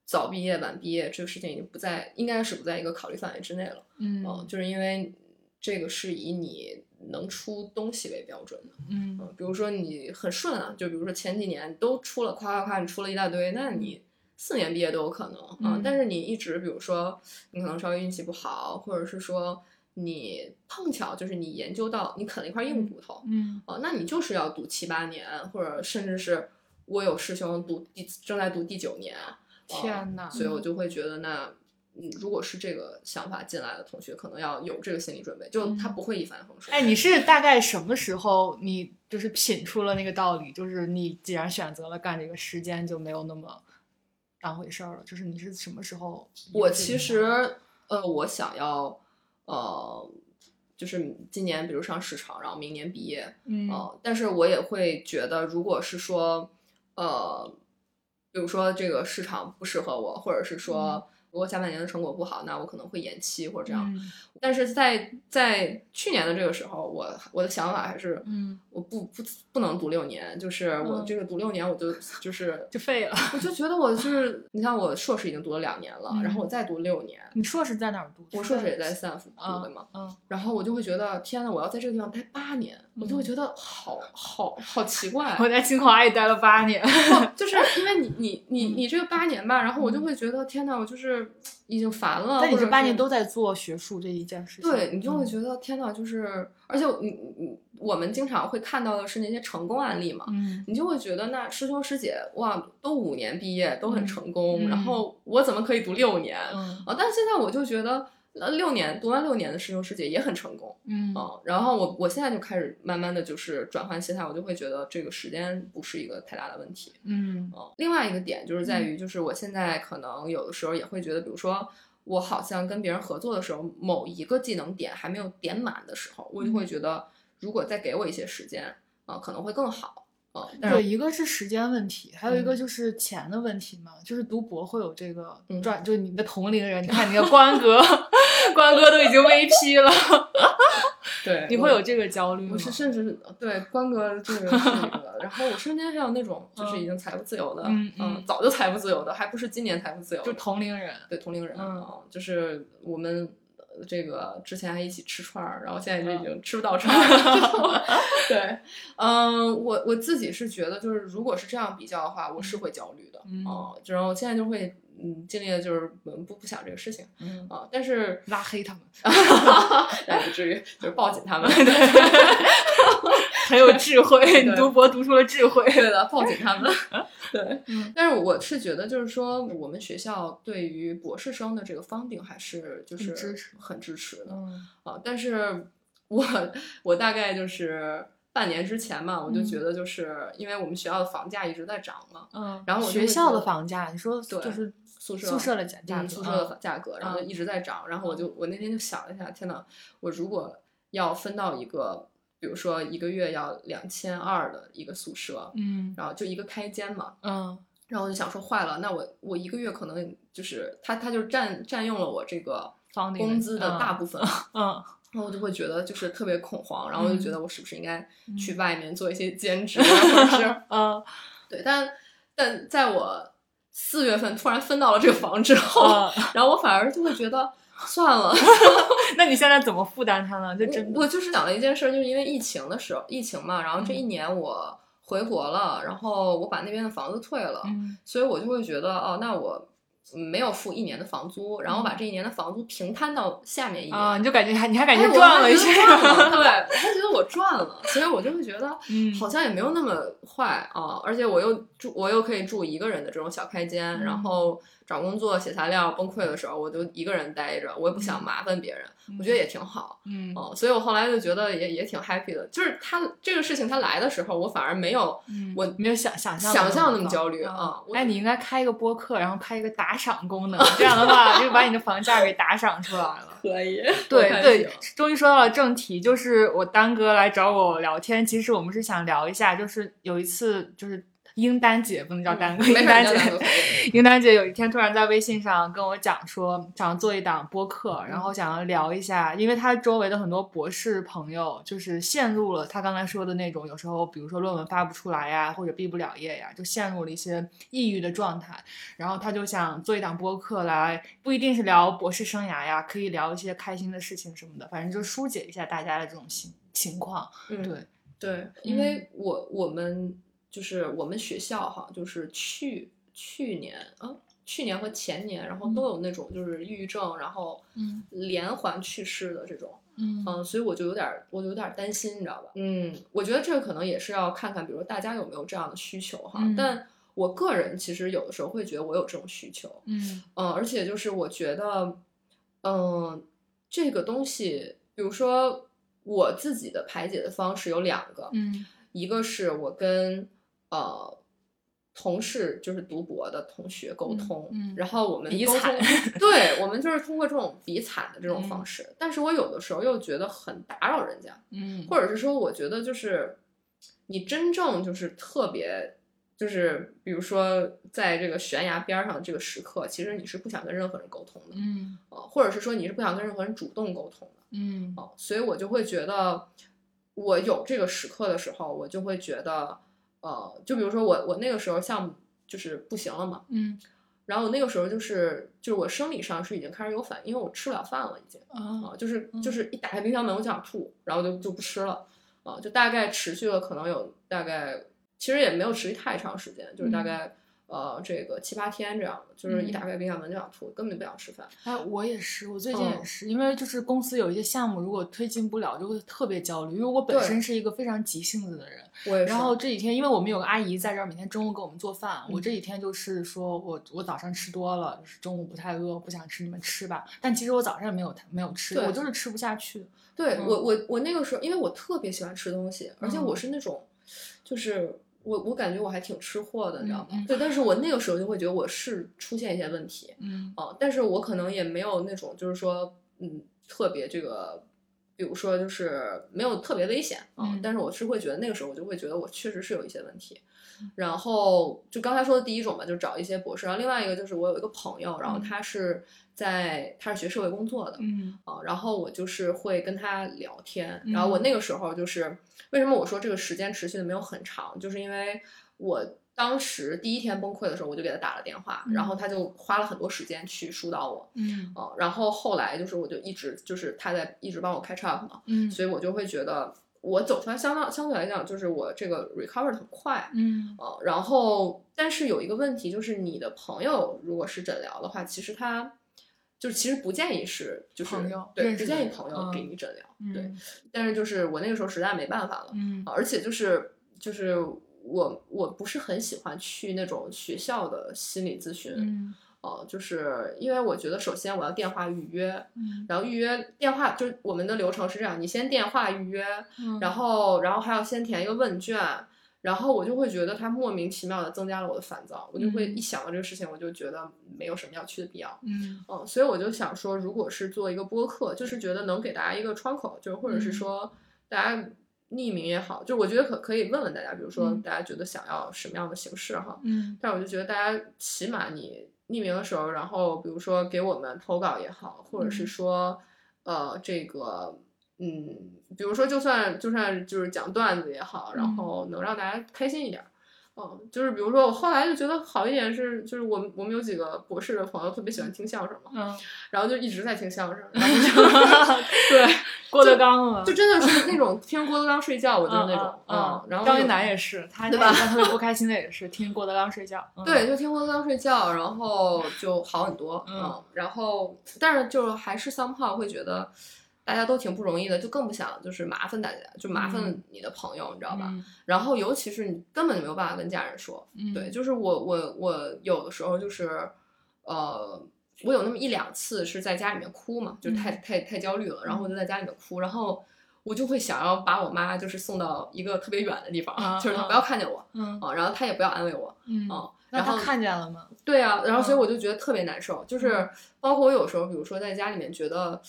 Speaker 2: 早毕业晚毕业这个事情已经不在，应该是不在一个考虑范围之内了，
Speaker 1: 嗯
Speaker 2: 嗯，就是因为这个是以你能出东西为标准的，
Speaker 1: 嗯
Speaker 2: 嗯，比如说你很顺啊，就比如说前几年都出了夸夸夸，你出了一大堆，那你四年毕业都有可能啊、
Speaker 1: 嗯
Speaker 2: 但是你一直，比如说你可能稍微运气不好，或者是说你碰巧就是你研究到你啃了一块硬骨头啊、
Speaker 1: 嗯
Speaker 2: 哦那你就是要读七八年，或者甚至是我有师兄读第正在读第九年，
Speaker 1: 啊
Speaker 2: 哦
Speaker 1: 天呐，
Speaker 2: 所以我就会觉得那。嗯，如果是这个想法进来的同学，可能要有这个心理准备，就他
Speaker 1: 嗯
Speaker 2: 不会一帆风顺。
Speaker 1: 哎，你是大概什么时候你就是品出了那个道理？就是你既然选择了干这个，时间就没有那么当回事儿了。就是你是什么时候有这个想法？
Speaker 2: 我其实呃，我想要呃，就是今年比如上市场，然后明年毕业，
Speaker 1: 嗯
Speaker 2: 呃，但是我也会觉得，如果是说呃，比如说这个市场不适合我，或者是说如果下半年的成果不好，那我可能会延期或者这样。
Speaker 1: 嗯
Speaker 2: 但是在在去年的这个时候，我我的想法还是，
Speaker 1: 嗯，
Speaker 2: 我不不不能读六年，就是我
Speaker 1: 嗯
Speaker 2: 这个读六年，我就就是
Speaker 1: 就废了。
Speaker 2: 我就觉得我就是，你像我硕士已经读了两年了，
Speaker 1: 嗯
Speaker 2: 然后我再读六年，
Speaker 1: 你硕士在哪儿读？
Speaker 2: 我硕士也在斯坦福读的嘛，
Speaker 1: 嗯，
Speaker 2: 然后我就会觉得，天呐，我要在这个地方待八年，我就会觉得好好好奇怪
Speaker 1: 嗯
Speaker 2: 啊
Speaker 1: 我在清华也待了八年。
Speaker 2: 哦就是因为你你
Speaker 1: 嗯
Speaker 2: 你你这个八年吧，然后我就会觉得，天呐，我就是已经烦了。
Speaker 1: 但你
Speaker 2: 或者
Speaker 1: 这八
Speaker 2: 是
Speaker 1: 年都在做学术这一件事情，
Speaker 2: 对你就会
Speaker 1: 嗯
Speaker 2: 觉得，天呐，就是，而且你你你我们经常会看到的是那些成功案例嘛，
Speaker 1: 嗯
Speaker 2: 你就会觉得那师兄师姐哇，都五年毕业都很
Speaker 1: 嗯
Speaker 2: 成功，
Speaker 1: 嗯
Speaker 2: 然后我怎么可以读六年？
Speaker 1: 嗯
Speaker 2: 啊，但是现在我就觉得，呃，六年读完六年的师兄师姐也很成功
Speaker 1: 嗯
Speaker 2: 啊。然后我我现在就开始慢慢的就是转换心态，我就会觉得这个时间不是一个太大的问题
Speaker 1: 嗯
Speaker 2: 啊。另外一个点就是在于，就是我现在可能有的时候也会觉得，比如说。我好像跟别人合作的时候，某一个技能点还没有点满的时候，我就会
Speaker 1: 嗯
Speaker 2: 呃觉得，如果再给我一些时间啊、可能会更好。嗯，但
Speaker 1: 对，
Speaker 2: 是
Speaker 1: 一个是时间问题，还有一
Speaker 2: 嗯
Speaker 1: 个就是钱的问题嘛，就是读博会有这个
Speaker 2: 嗯
Speaker 1: 赚，就是你的同龄人，你看你的关哥， 关哥都已经 VP 了，
Speaker 2: 对
Speaker 1: 你
Speaker 2: 我
Speaker 1: 会有嗯这个焦虑吗？
Speaker 2: 我是甚至对关哥这个是一个，然后我身边还有那种就是已经财务自由的，
Speaker 1: 嗯
Speaker 2: 嗯，
Speaker 1: 嗯
Speaker 2: 早就财务自由的，还不是今年财务自由
Speaker 1: 就
Speaker 2: 的，
Speaker 1: 同龄人，
Speaker 2: 对同龄人，
Speaker 1: 嗯
Speaker 2: 啊，就是我们呃这个之前还一起吃串儿，然后现在就已
Speaker 1: 嗯
Speaker 2: 经吃不到串
Speaker 1: 啊
Speaker 2: 儿了。 对，嗯，我我自己是觉得，就是如果是这样比较的话，我是会焦虑的，
Speaker 1: 嗯
Speaker 2: 啊，然后现在就会嗯尽力的就是嗯不不想这个事情
Speaker 1: 嗯，
Speaker 2: 啊，但是
Speaker 1: 拉黑他们，
Speaker 2: 但不至于就是抱紧他们，
Speaker 1: 很有 智慧，你
Speaker 2: 对
Speaker 1: 读博读出了智慧，
Speaker 2: 对的，抱紧他们。对
Speaker 1: 嗯，
Speaker 2: 但是我是觉得，就是说，我们学校对于博士生的这个 funding 还是就
Speaker 1: 很支
Speaker 2: 是
Speaker 1: 持
Speaker 2: 很支持的
Speaker 1: 嗯
Speaker 2: 啊。但是我我大概就是半年之前嘛，我就
Speaker 1: 嗯
Speaker 2: 觉得，就是因为我们学校的房价一直在涨嘛，
Speaker 1: 嗯，
Speaker 2: 然后我
Speaker 1: 学
Speaker 2: 就会
Speaker 1: 校
Speaker 2: 觉
Speaker 1: 的
Speaker 2: 得
Speaker 1: 房价，你说
Speaker 2: 对
Speaker 1: 就是
Speaker 2: 宿舍
Speaker 1: 宿舍的价价
Speaker 2: 嗯
Speaker 1: 格，
Speaker 2: 宿舍的价格，然后就
Speaker 1: 嗯
Speaker 2: 一直在涨。然后我就我那天就想了一下，天呐，我如果要分到一个，比如说一个月要两千二的一个宿舍，
Speaker 1: 嗯
Speaker 2: 然后就一个开间嘛。
Speaker 1: 嗯
Speaker 2: 然后我就想说，坏了，那我我一个月可能就是他他就占占用了我这个
Speaker 1: 房顶的
Speaker 2: 工资的
Speaker 1: 嗯
Speaker 2: 大部 分，
Speaker 1: 嗯，
Speaker 2: 然后我就会觉得就是特别恐慌，然后我就觉得我是不是应该
Speaker 1: 嗯
Speaker 2: 去外面做一些兼职啊，或者 是
Speaker 1: 嗯
Speaker 2: 对，但但在我四月份突然分到了这个房之后，
Speaker 1: 嗯，
Speaker 2: 然后我反而就会 觉得算了，
Speaker 1: 那你现在怎么负担它呢？就真
Speaker 2: 我我就是想了一件事儿，就是因为疫情的时候，疫情嘛，然后
Speaker 1: 嗯
Speaker 2: 这一年我回国了，然后我把那边的房子退了，
Speaker 1: 嗯
Speaker 2: 所以我就会觉得，哦，那我嗯没有付一年的房租，然后把
Speaker 1: 嗯
Speaker 2: 这一年的房租平摊到下面一年。
Speaker 1: 啊，你就感觉还你还感
Speaker 2: 哎
Speaker 1: 觉
Speaker 2: 我
Speaker 1: 赚
Speaker 2: 还
Speaker 1: 了
Speaker 2: 觉
Speaker 1: 一
Speaker 2: 得
Speaker 1: 下，
Speaker 2: 赚了对，我还觉得我赚了，所以我就会觉得
Speaker 1: 嗯
Speaker 2: 好像也没有那么坏啊。而且我又住，我又可以住一个人的这种小开间，
Speaker 1: 嗯
Speaker 2: 然后找工作、写材料崩溃的时候，我就一个人待着，我也不想麻烦别人，我觉得也挺好。
Speaker 1: 嗯
Speaker 2: 哦，所以我后来就觉得也也挺 happy 的，就是他这个事情他来的时候，我反而没有
Speaker 1: 嗯
Speaker 2: 我
Speaker 1: 没有想想象
Speaker 2: 想象那
Speaker 1: 那
Speaker 2: 么焦虑
Speaker 1: 啊。
Speaker 2: 啊。我
Speaker 1: 哎，你应该开一个播客，然后开一个打赏功能，这样的话就把你的房价给打赏出来 了。
Speaker 2: 可以，
Speaker 1: 对
Speaker 2: 我看
Speaker 1: 对
Speaker 2: 行，
Speaker 1: 终于说到了正题，就是我丹哥来找我聊天，其实我们是想聊一下，就是有一次就是英丹姐不能叫丹哥，
Speaker 2: 嗯
Speaker 1: 英
Speaker 2: 没事，
Speaker 1: 丹
Speaker 2: 你
Speaker 1: 姐
Speaker 2: 要聊都可 以
Speaker 1: 英丹姐有一天突然在微信上跟我讲说，想做一档播客，然后想要聊一下，因为她周围的很多博士朋友就是陷入了她刚才说的那种，有时候比如说论文发不出来呀，或者毕不了业呀，就陷入了一些抑郁的状态。然后她就想做一档播客来，不一定是聊博士生涯呀，可以聊一些开心的事情什么的，反正就疏解一下大家的这种情情况。
Speaker 2: 嗯
Speaker 1: 对嗯
Speaker 2: 对，因为我我们就是我们学校哈，就是去去年啊，去年和前年，然后都有那种就是抑郁症，然后
Speaker 1: 嗯
Speaker 2: 连环去世的这种，
Speaker 1: 嗯
Speaker 2: 嗯，所以我就有点儿我就有点儿担心，你知道吧？嗯，我觉得这个可能也是要看看，比如大家有没有这样的需求哈。
Speaker 1: 嗯
Speaker 2: 但我个人其实有的时候会觉得我有这种需求，
Speaker 1: 嗯
Speaker 2: 嗯，而且就是我觉得，嗯，这个东西，比如说我自己的排解的方式有两个，
Speaker 1: 嗯
Speaker 2: 一个是我跟呃同事，就是读博的同学沟
Speaker 1: 嗯
Speaker 2: 通，
Speaker 1: 嗯
Speaker 2: 然后我们
Speaker 1: 比
Speaker 2: 沟
Speaker 1: 惨
Speaker 2: 通对我们就是通过这种比惨的这种
Speaker 1: 嗯
Speaker 2: 方式，但是我有的时候又觉得很打扰人家，
Speaker 1: 嗯
Speaker 2: 或者是说，我觉得就是你真正就是特别，就是比如说在这个悬崖边儿上的这个时刻，其实你是不想跟任何人沟通的
Speaker 1: 嗯
Speaker 2: 啊、呃或者是说你是不想跟任何人主动沟通的
Speaker 1: 嗯
Speaker 2: 啊、呃所以我就会觉得，我有这个时刻的时候，我就会觉得，呃，就比如说我我那个时候项目就是不行了嘛，
Speaker 1: 嗯
Speaker 2: 然后我那个时候就是就是我生理上是已经开始有反应，因为我吃不了饭了已经。
Speaker 1: 啊
Speaker 2: 啊，就是
Speaker 1: 嗯
Speaker 2: 就是一打开冰箱门我就想吐，然后就就不吃了，啊，就大概持续了可能有大概，其实也没有持续太长时间，就是大
Speaker 1: 嗯
Speaker 2: 概、呃这个七八天这样的，就是
Speaker 1: 嗯
Speaker 2: 一打开冰箱门就想吐，根本就不想吃饭。
Speaker 1: 哎，我也是，我最近也
Speaker 2: 嗯
Speaker 1: 是，因为就是公司有一些项目，如果推进不了，就会特别焦虑。因为我本
Speaker 2: 对
Speaker 1: 身是一个非常急性子的人，
Speaker 2: 我也是，
Speaker 1: 然后这几天因为我们有个阿姨在这儿，每天中午给我们做饭，我
Speaker 2: 嗯
Speaker 1: 这几天就是说我我早上吃多了，就是中午不太饿，不想吃，你们吃吧。但其实我早上也没有没有吃，
Speaker 2: 对
Speaker 1: 我就是吃不下去。
Speaker 2: 对、
Speaker 1: 嗯
Speaker 2: 我我我那个时候，因为我特别喜欢吃东西，而且
Speaker 1: 嗯
Speaker 2: 我是那种，就是我我感觉我还挺吃货的，你知道吗？
Speaker 1: 嗯嗯
Speaker 2: 对，但是我那个时候就会觉得我是出现一些问题，
Speaker 1: 嗯
Speaker 2: 哦，但是我可能也没有那种，就是说，嗯，特别这个，比比如说就是没有特别危险啊、
Speaker 1: 嗯
Speaker 2: 但是我是会觉得那个时候我就会觉得我确实是有一些问题。
Speaker 1: 嗯
Speaker 2: 然后就刚才说的第一种吧，就找一些博士，然后另外一个就是我有一个朋友，然后
Speaker 1: 嗯
Speaker 2: 他是在他是学社会工作的，
Speaker 1: 嗯
Speaker 2: 啊，然后我就是会跟他聊天，
Speaker 1: 嗯
Speaker 2: 然后我那个时候就是为什么我说这个时间持续的没有很长，就是因为我当时第一天崩溃的时候，我就给他打了电话，然
Speaker 1: 嗯
Speaker 2: 后他就花了很多时间去疏导我，
Speaker 1: 嗯
Speaker 2: 啊，然后后来就是我就一直就是他在一直帮我 catch up 嘛，
Speaker 1: 嗯
Speaker 2: 所以我就会觉得我走出来相当相对来讲就是我这个 recover 的很快，
Speaker 1: 嗯
Speaker 2: 呃，然后但是有一个问题就是，你的朋友如果是诊疗的话，其实他就是其实不建议是就是
Speaker 1: 朋友
Speaker 2: 对
Speaker 1: 认
Speaker 2: 不
Speaker 1: 识
Speaker 2: 建
Speaker 1: 的
Speaker 2: 议
Speaker 1: 人
Speaker 2: 朋友给
Speaker 1: 嗯
Speaker 2: 你诊疗，
Speaker 1: 嗯
Speaker 2: 对。但是就是我那个时候实在没办法了，
Speaker 1: 嗯
Speaker 2: 而且就是就是我我不是很喜欢去那种学校的心理咨询，
Speaker 1: 嗯
Speaker 2: 呃，就是因为我觉得首先我要电话预约，
Speaker 1: 嗯
Speaker 2: 然后预约电话就是我们的流程是这样，你先电话预约，
Speaker 1: 嗯，
Speaker 2: 然后然后还要先填一个问卷，然后我就会觉得它莫名其妙的增加了我的烦躁，我就会
Speaker 1: 嗯
Speaker 2: 一想到这个事情，我就觉得没有什么要去的必要。
Speaker 1: 嗯
Speaker 2: 嗯，所以我就想说，如果是做一个播客，就是觉得能给大家一个窗口，就是或者是
Speaker 1: 嗯
Speaker 2: 说大家匿名也好，就我觉得可可以问问大家，比如说
Speaker 1: 嗯
Speaker 2: 大家觉得想要什么样的形式哈，
Speaker 1: 嗯
Speaker 2: 但我就觉得大家起码你匿名的时候，然后比如说给我们投稿也好，或者是
Speaker 1: 嗯
Speaker 2: 说，呃，这个，嗯，比如说就算就算就是讲段子也好，然
Speaker 1: 嗯
Speaker 2: 后能让大家开心一点儿。嗯，就是比如说，我后来就觉得好一点是，就是我们我们有几个博士的朋友特别喜欢听相声嘛，
Speaker 1: 嗯，
Speaker 2: 然后就一直在听相声，然后就对，
Speaker 1: 郭德纲了
Speaker 2: 就。 真的是那种听郭德纲睡觉，我就是那种，嗯，然后
Speaker 1: 张
Speaker 2: 就
Speaker 1: 云南也是，他
Speaker 2: 对吧
Speaker 1: 他特别不开心的也是听郭德纲睡觉。嗯
Speaker 2: 对，，就听郭德纲睡觉，然后就好很多。
Speaker 1: 嗯
Speaker 2: 然后但是就是还是 somehow 会觉得大家都挺不容易的，就更不想就是麻烦大家，就麻烦
Speaker 1: 嗯
Speaker 2: 你的朋友，你知道
Speaker 1: 好
Speaker 2: 吧？？然后尤其是你根本就没有办法跟家人说。
Speaker 1: 嗯，
Speaker 2: 对，就是我我我有的时候就是呃。我有那么一两次是在家里面哭嘛，就
Speaker 1: 嗯
Speaker 2: 太太太焦虑了，然后我就在家里面哭，然后我就会想要把我妈就是送到一个特别远的地方，
Speaker 1: 啊
Speaker 2: 就是她
Speaker 1: 啊
Speaker 2: 不要看见我
Speaker 1: 嗯
Speaker 2: 啊，然后她也不要安慰我，
Speaker 1: 嗯，
Speaker 2: 哦，
Speaker 1: 那
Speaker 2: 然
Speaker 1: 他
Speaker 2: 后
Speaker 1: 看见了吗？
Speaker 2: 对啊，然后所以
Speaker 1: 嗯
Speaker 2: 我就觉得特别难受，就是
Speaker 1: 嗯
Speaker 2: 包括我有时候，比如说在家里面觉得，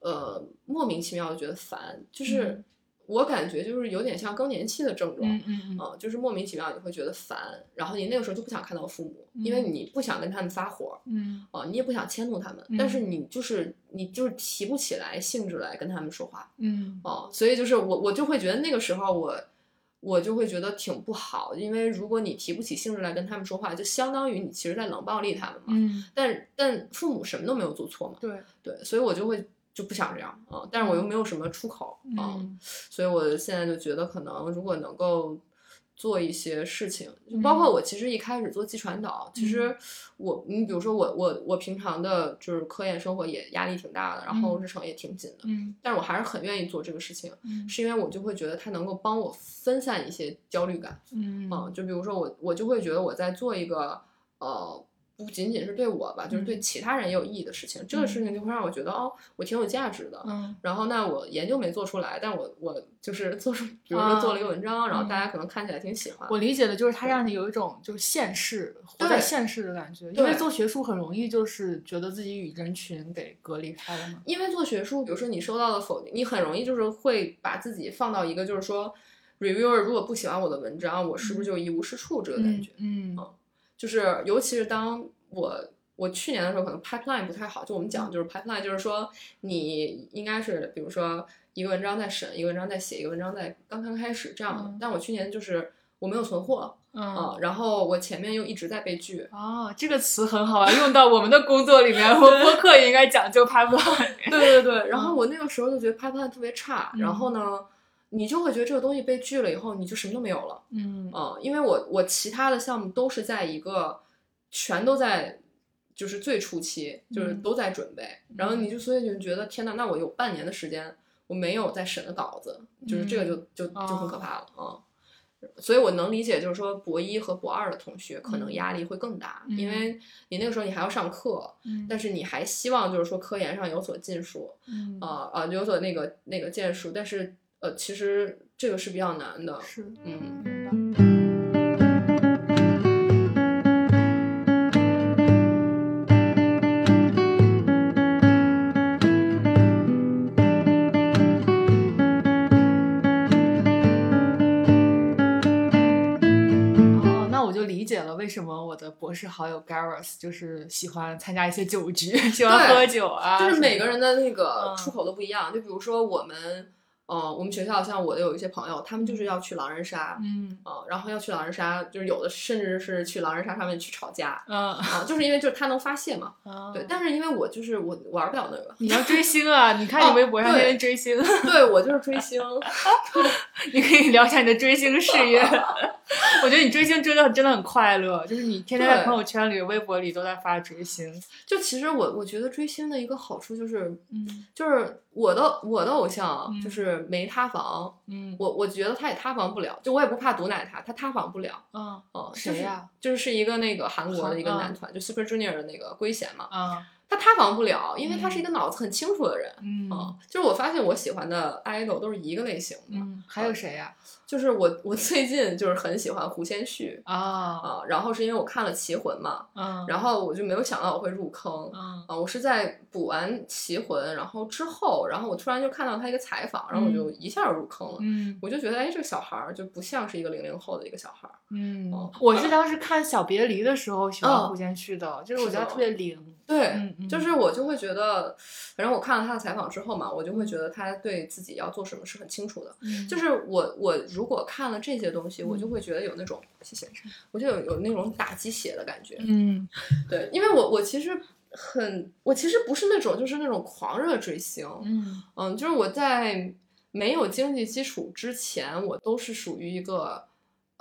Speaker 2: 呃，莫名其妙的觉得烦，就是
Speaker 1: 嗯
Speaker 2: 我感觉就是有点像更年期的症状，
Speaker 1: 嗯嗯嗯
Speaker 2: 啊，就是莫名其妙你会觉得烦，然后你那个时候就不想看到父母，因为
Speaker 1: 嗯
Speaker 2: 你不想跟他们发火，
Speaker 1: 嗯
Speaker 2: 啊，你也不想迁怒他们，但是
Speaker 1: 嗯
Speaker 2: 你就是你就是提不起来兴致来跟他们说话，
Speaker 1: 嗯
Speaker 2: 哦，所以就是我我就会觉得那个时候我我就会觉得挺不好，因为如果你提不起兴致来跟他们说话，就相当于你其实在冷暴力他们嘛。
Speaker 1: 嗯，
Speaker 2: 但但父母什么都没有做错嘛，
Speaker 1: 对，
Speaker 2: 对，所以我就会就不想这样啊、但是我又没有什么出口啊、
Speaker 1: 嗯
Speaker 2: 所以我现在就觉得可能如果能够。做一些事情，就包括
Speaker 1: 嗯
Speaker 2: 我其实一开始做气传导，其实
Speaker 1: 嗯
Speaker 2: 我你比如说我我我平常的就是科研生活也压力挺大的，然后
Speaker 1: 嗯
Speaker 2: 日程也挺紧的，
Speaker 1: 嗯
Speaker 2: 但是我还是很愿意做这个事情，
Speaker 1: 嗯
Speaker 2: 是因为我就会觉得它能够帮我分散一些焦虑感
Speaker 1: 嗯
Speaker 2: 啊、就比如说我，我就会觉得我在做一个呃，不仅仅是对我吧，就是对
Speaker 1: 嗯
Speaker 2: 其他人也有意义的事情。这个事情就会让我觉得哦，我挺有价值的。
Speaker 1: 嗯
Speaker 2: 然后那我研究没做出来，但我我就是做出，比如说做了一个文章，然后大家可能看起来挺喜欢。
Speaker 1: 啊嗯我理解的就是它让你有一种就是现世活在
Speaker 2: 对
Speaker 1: 现世的感觉，因
Speaker 2: 对
Speaker 1: 为做学术很容易就是觉得自己与人群给隔离开了嘛。
Speaker 2: 因为做学术，比如说你收到的否定，你很容易就是会把自己放到一个就是说，reviewer 如果不喜欢我的文章，我是不是就一无是处这个感觉？
Speaker 1: 嗯
Speaker 2: 嗯就是尤其是当我我去年的时候，可能 pipeline 不太好，就我们讲就是 pipeline，就是说你应该是比如说一个文章在审，一个文章在写，一个文章在刚刚开始这样的。
Speaker 1: 嗯
Speaker 2: 但我去年就是我没有存货啊、
Speaker 1: 嗯
Speaker 2: 然后我前面又一直在被 拒。
Speaker 1: 哦，这个词很好啊，用到我们的工作里面， 我播客也应该讲究 pipeline。
Speaker 2: 对对对，然
Speaker 1: 嗯
Speaker 2: 后我那个时候就觉得 pipeline 特别差，然后呢，你就会觉得这个东西被拒了以后，你就什么都没有了。
Speaker 1: 嗯
Speaker 2: 嗯，因为我我其他的项目都是在一个全都在就是最初期，就是
Speaker 1: 嗯
Speaker 2: 都在准备，然后你
Speaker 1: 嗯
Speaker 2: 就所以就觉得天呐，那我有半年的时间我没有在审的稿子，就是这个就就就很可
Speaker 1: 哦
Speaker 2: 怕了啊。嗯所以，我能理解，就是说博一和博二的同学可能
Speaker 1: 嗯
Speaker 2: 压力会更大，
Speaker 1: 嗯
Speaker 2: 因为你那个时候你还要上课，
Speaker 1: 嗯
Speaker 2: 但是你还希望就是说科研上有所进数，
Speaker 1: 嗯
Speaker 2: 啊、啊有所那个那个建树，但是呃，其实这个是比较难的，
Speaker 1: 是哦
Speaker 2: 嗯。
Speaker 1: 明白什么我的博士好友 Gareth 就是喜欢参加一些酒局， 喜欢喝酒啊，
Speaker 2: 就是每个人
Speaker 1: 的
Speaker 2: 的那个出
Speaker 1: 嗯
Speaker 2: 口都不一样。就比如说我们，呃，我们学校像我的有一些朋友，他们就是要去狼人杀，
Speaker 1: 嗯
Speaker 2: 嗯、然后要去狼人杀，就是有的甚至是去狼人杀上面去吵架，
Speaker 1: 嗯，
Speaker 2: 啊、就是因为就是他能发 泄嘛。对，
Speaker 1: 是，
Speaker 2: 但是因为我就是我玩不了那个
Speaker 1: 你要追星啊！你看你微博上
Speaker 2: 哦
Speaker 1: 那
Speaker 2: 对
Speaker 1: 些追星，
Speaker 2: 对我就是追星，
Speaker 1: 你可以聊一下你的追星事业。 我觉得你追星追的真的很快乐，就是你天天在
Speaker 2: 对
Speaker 1: 朋友圈里、微博里都在发追星。
Speaker 2: 就其实我我觉得追星的一个好处就是，
Speaker 1: 嗯
Speaker 2: 就是我的我的偶像
Speaker 1: 嗯
Speaker 2: 就是没塌房，
Speaker 1: 嗯
Speaker 2: 我我觉得他也塌房不了，就我也不怕毒奶他，他塌房不了。
Speaker 1: 嗯
Speaker 2: 嗯，
Speaker 1: 谁呀
Speaker 2: 就是？就是一个那个韩国
Speaker 1: 韩
Speaker 2: 的一个
Speaker 1: 嗯
Speaker 2: 男团，就 Super Junior 的那个圭贤嘛，
Speaker 1: 嗯
Speaker 2: 他塌房不了，因为他
Speaker 1: 嗯
Speaker 2: 是一个脑子很清楚的人。
Speaker 1: 嗯
Speaker 2: 嗯，就是我发现我喜欢的 idol 都是一个类型的，
Speaker 1: 嗯，还有谁呀？
Speaker 2: 就是我我最近就是很喜欢胡先煦
Speaker 1: 啊
Speaker 2: 啊，然后是因为我看了《棋魂》嘛，
Speaker 1: 嗯
Speaker 2: 然后我就没有想到我会入坑
Speaker 1: 嗯
Speaker 2: 啊，我是在补完《棋魂》然后之后，然后我突然就看到他一个采访，然后我就一下就入坑了，
Speaker 1: 嗯
Speaker 2: 我就觉得哎，这个小孩儿就不像是一个零零后的一个小孩儿，
Speaker 1: 嗯
Speaker 2: 哦，
Speaker 1: 我是当时看《小别离》的时候喜欢
Speaker 2: 嗯
Speaker 1: 胡先煦的，就是我
Speaker 2: 是
Speaker 1: 觉得
Speaker 2: 的哦
Speaker 1: 他特别灵。
Speaker 2: 对。
Speaker 1: 嗯嗯，
Speaker 2: 就是我就会觉得，反正我看了他的采访之后嘛，我就会觉得他对自己要做什么是很清楚的。
Speaker 1: 嗯
Speaker 2: 就是是我我如果看了这些东西，我就会觉得有那种谢谢，我就有有那种打鸡血的感觉。
Speaker 1: 嗯
Speaker 2: 对，因为我我其实很，我其实不是那种就是那种狂热追星，
Speaker 1: 嗯
Speaker 2: 嗯，就是我在没有经济基础之前，我都是属于一个。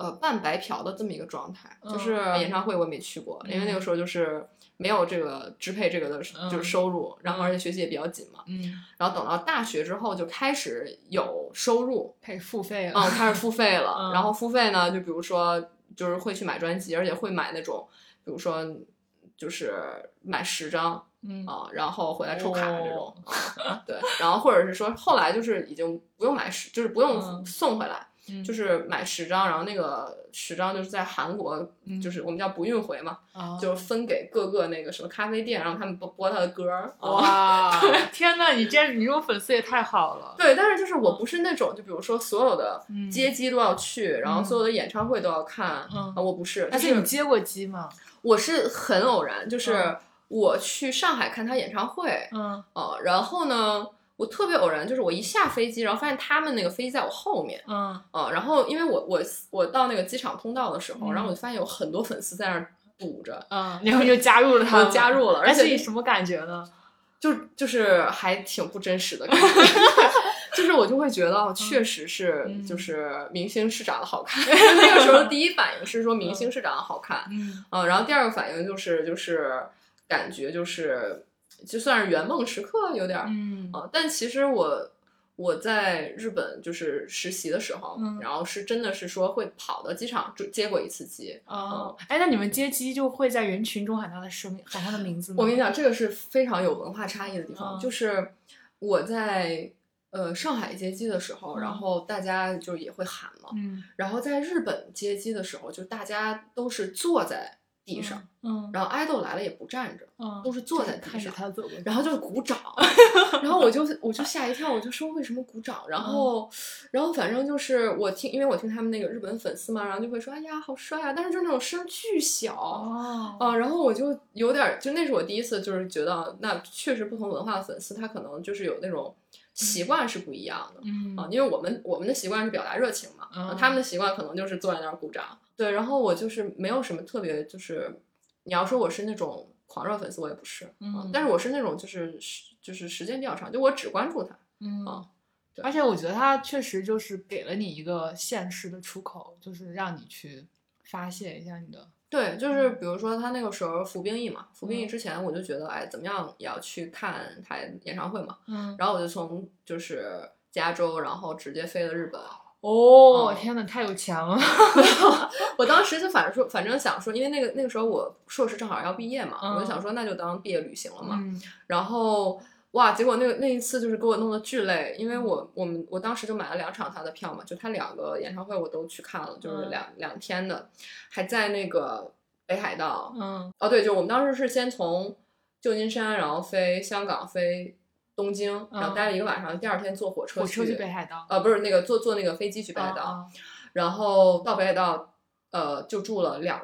Speaker 2: 呃，半白嫖的这么一个状态，就是
Speaker 1: 嗯
Speaker 2: 演唱会我也没去过，因为
Speaker 1: 嗯
Speaker 2: 那个时候就是没有这个支配这个的，就是
Speaker 1: 嗯
Speaker 2: 收入，然
Speaker 1: 嗯
Speaker 2: 后而且学习也比较紧嘛。
Speaker 1: 嗯，
Speaker 2: 然后等到大学之后就开始有收入，
Speaker 1: 开始付费了。
Speaker 2: 嗯，开始付费了。
Speaker 1: 嗯
Speaker 2: 然后付费呢，就比如说就是会去买专辑，而且会买那种，比如说就是买十张
Speaker 1: 嗯
Speaker 2: 啊、然后回来抽卡这种
Speaker 1: 哦、
Speaker 2: 啊 对，然后或者是说后来就是已经不用买十，就是不用
Speaker 1: 嗯
Speaker 2: 送回来，
Speaker 1: 嗯
Speaker 2: 就是买十张，然后那个十张就是在韩国，
Speaker 1: 嗯
Speaker 2: 就是我们叫不运回嘛，
Speaker 1: 啊
Speaker 2: 就是分给各个那个什么咖啡店，让他们播播他的歌儿。啊
Speaker 1: 哦哇， 天呐，你这你这种粉丝也太好了。
Speaker 2: 对，但是就是我不是那种，就比如说所有的
Speaker 1: 嗯
Speaker 2: 街机都要去，然后
Speaker 1: 嗯
Speaker 2: 所有的演唱会都要看，
Speaker 1: 嗯
Speaker 2: 啊，我不是，
Speaker 1: 而
Speaker 2: 就
Speaker 1: 且你
Speaker 2: 是
Speaker 1: 接过机吗？
Speaker 2: 我是很偶然，就是
Speaker 1: 嗯
Speaker 2: 我去上海看他演唱会，
Speaker 1: 嗯
Speaker 2: 哦、然后呢，我特别偶然，就是我一下飞机，然后发现他们那个飞机在我后面，
Speaker 1: 嗯
Speaker 2: 哦、然后因为我我我到那个机场通道的时候，
Speaker 1: 嗯
Speaker 2: 然后我就发现有很多粉丝在那儿堵着，
Speaker 1: 嗯，然后你就加入了他
Speaker 2: 我
Speaker 1: 们，
Speaker 2: 就加入了，而
Speaker 1: 但是
Speaker 2: 且
Speaker 1: 你什么感觉呢？
Speaker 2: 就就是还挺不真实的 感觉， 就是我就会觉得哦确实是
Speaker 1: 嗯
Speaker 2: 就是明星是长得 好看，那个时候第一反应是说明星是长得好看，
Speaker 1: 嗯
Speaker 2: 嗯，然后第二个反应就是就是感觉就是就算是圆梦时刻有点儿，
Speaker 1: 嗯
Speaker 2: 啊，但其实我我在日本就是实习的时候，
Speaker 1: 嗯
Speaker 2: 然后是真的是说会跑到机场就接过一次机。
Speaker 1: 哦，哎，那你们接机就会在人群中喊他的声音，喊他的名字吗？
Speaker 2: 我跟你讲，这个是非常有文化差异的地方，
Speaker 1: 嗯
Speaker 2: 就是我在呃上海接机的时候，
Speaker 1: 嗯
Speaker 2: 然后大家就也会喊嘛，
Speaker 1: 嗯，
Speaker 2: 然后在日本接机的时候，就大家都是坐在地上，
Speaker 1: 嗯，
Speaker 2: 然后爱豆来了也不站着，
Speaker 1: 嗯
Speaker 2: 都是坐在
Speaker 1: 看
Speaker 2: 地
Speaker 1: 着
Speaker 2: 上。
Speaker 1: 他走过去，
Speaker 2: 然后就是鼓掌，然后我就我就吓一跳，我就说为什么鼓掌？然后，然后反正就是我听，因为我听他们那个日本粉丝嘛，然后就会说哎呀好帅啊，但是就那种声巨小。
Speaker 1: 哦，
Speaker 2: 啊，然后我就有点儿，就那是我第一次，就是觉得那确实不同文化的粉丝，他可能就是有那种习惯是不一样的
Speaker 1: 嗯
Speaker 2: 啊，因为我们我们的习惯是表达热情嘛，啊
Speaker 1: 嗯
Speaker 2: 他们的习惯可能就是坐在那儿鼓掌。对，然后我就是没有什么特别，就是你要说我是那种狂热粉丝，我也不是，啊
Speaker 1: 嗯
Speaker 2: 但是我是那种就是时就是时间比较长，就我只关注他，
Speaker 1: 嗯
Speaker 2: 哦。对
Speaker 1: 而且我觉得他确实就是给了你一个现实的出口，就是让你去发泄一下你的，
Speaker 2: 对，就是比如说他那个时候服兵役嘛，服兵役
Speaker 1: 嗯
Speaker 2: 之前我就觉得，哎，怎么样也要去看他演唱会嘛，
Speaker 1: 嗯，
Speaker 2: 然后我就从就是加州，然后直接飞了日本。
Speaker 1: 哦，
Speaker 2: 嗯
Speaker 1: 天呐，太有钱了，
Speaker 2: 我当时就反正说，反正想说，因为那个那个时候我硕士正好要毕业嘛，
Speaker 1: 嗯
Speaker 2: 我就想说那就当毕业旅行了嘛。
Speaker 1: 嗯
Speaker 2: 然后哇，结果那个那一次就是给我弄得巨累，因为
Speaker 1: 嗯
Speaker 2: 我我们我当时就买了两场他的票嘛，就他两个演唱会我都去看了，就是
Speaker 1: 嗯
Speaker 2: 两、两天的，还在那个北海 道。
Speaker 1: 嗯
Speaker 2: 哦，对，就我们当时是先从旧金山，然后飞香港，飞东京，然
Speaker 1: 嗯
Speaker 2: 后待了一个晚上，第二天坐火车
Speaker 1: 火车去
Speaker 2: 去
Speaker 1: 北海道，哦
Speaker 2: 呃，不是那个坐坐那个飞机去北海道，
Speaker 1: 啊，
Speaker 2: 然后到北海道，呃，就住了两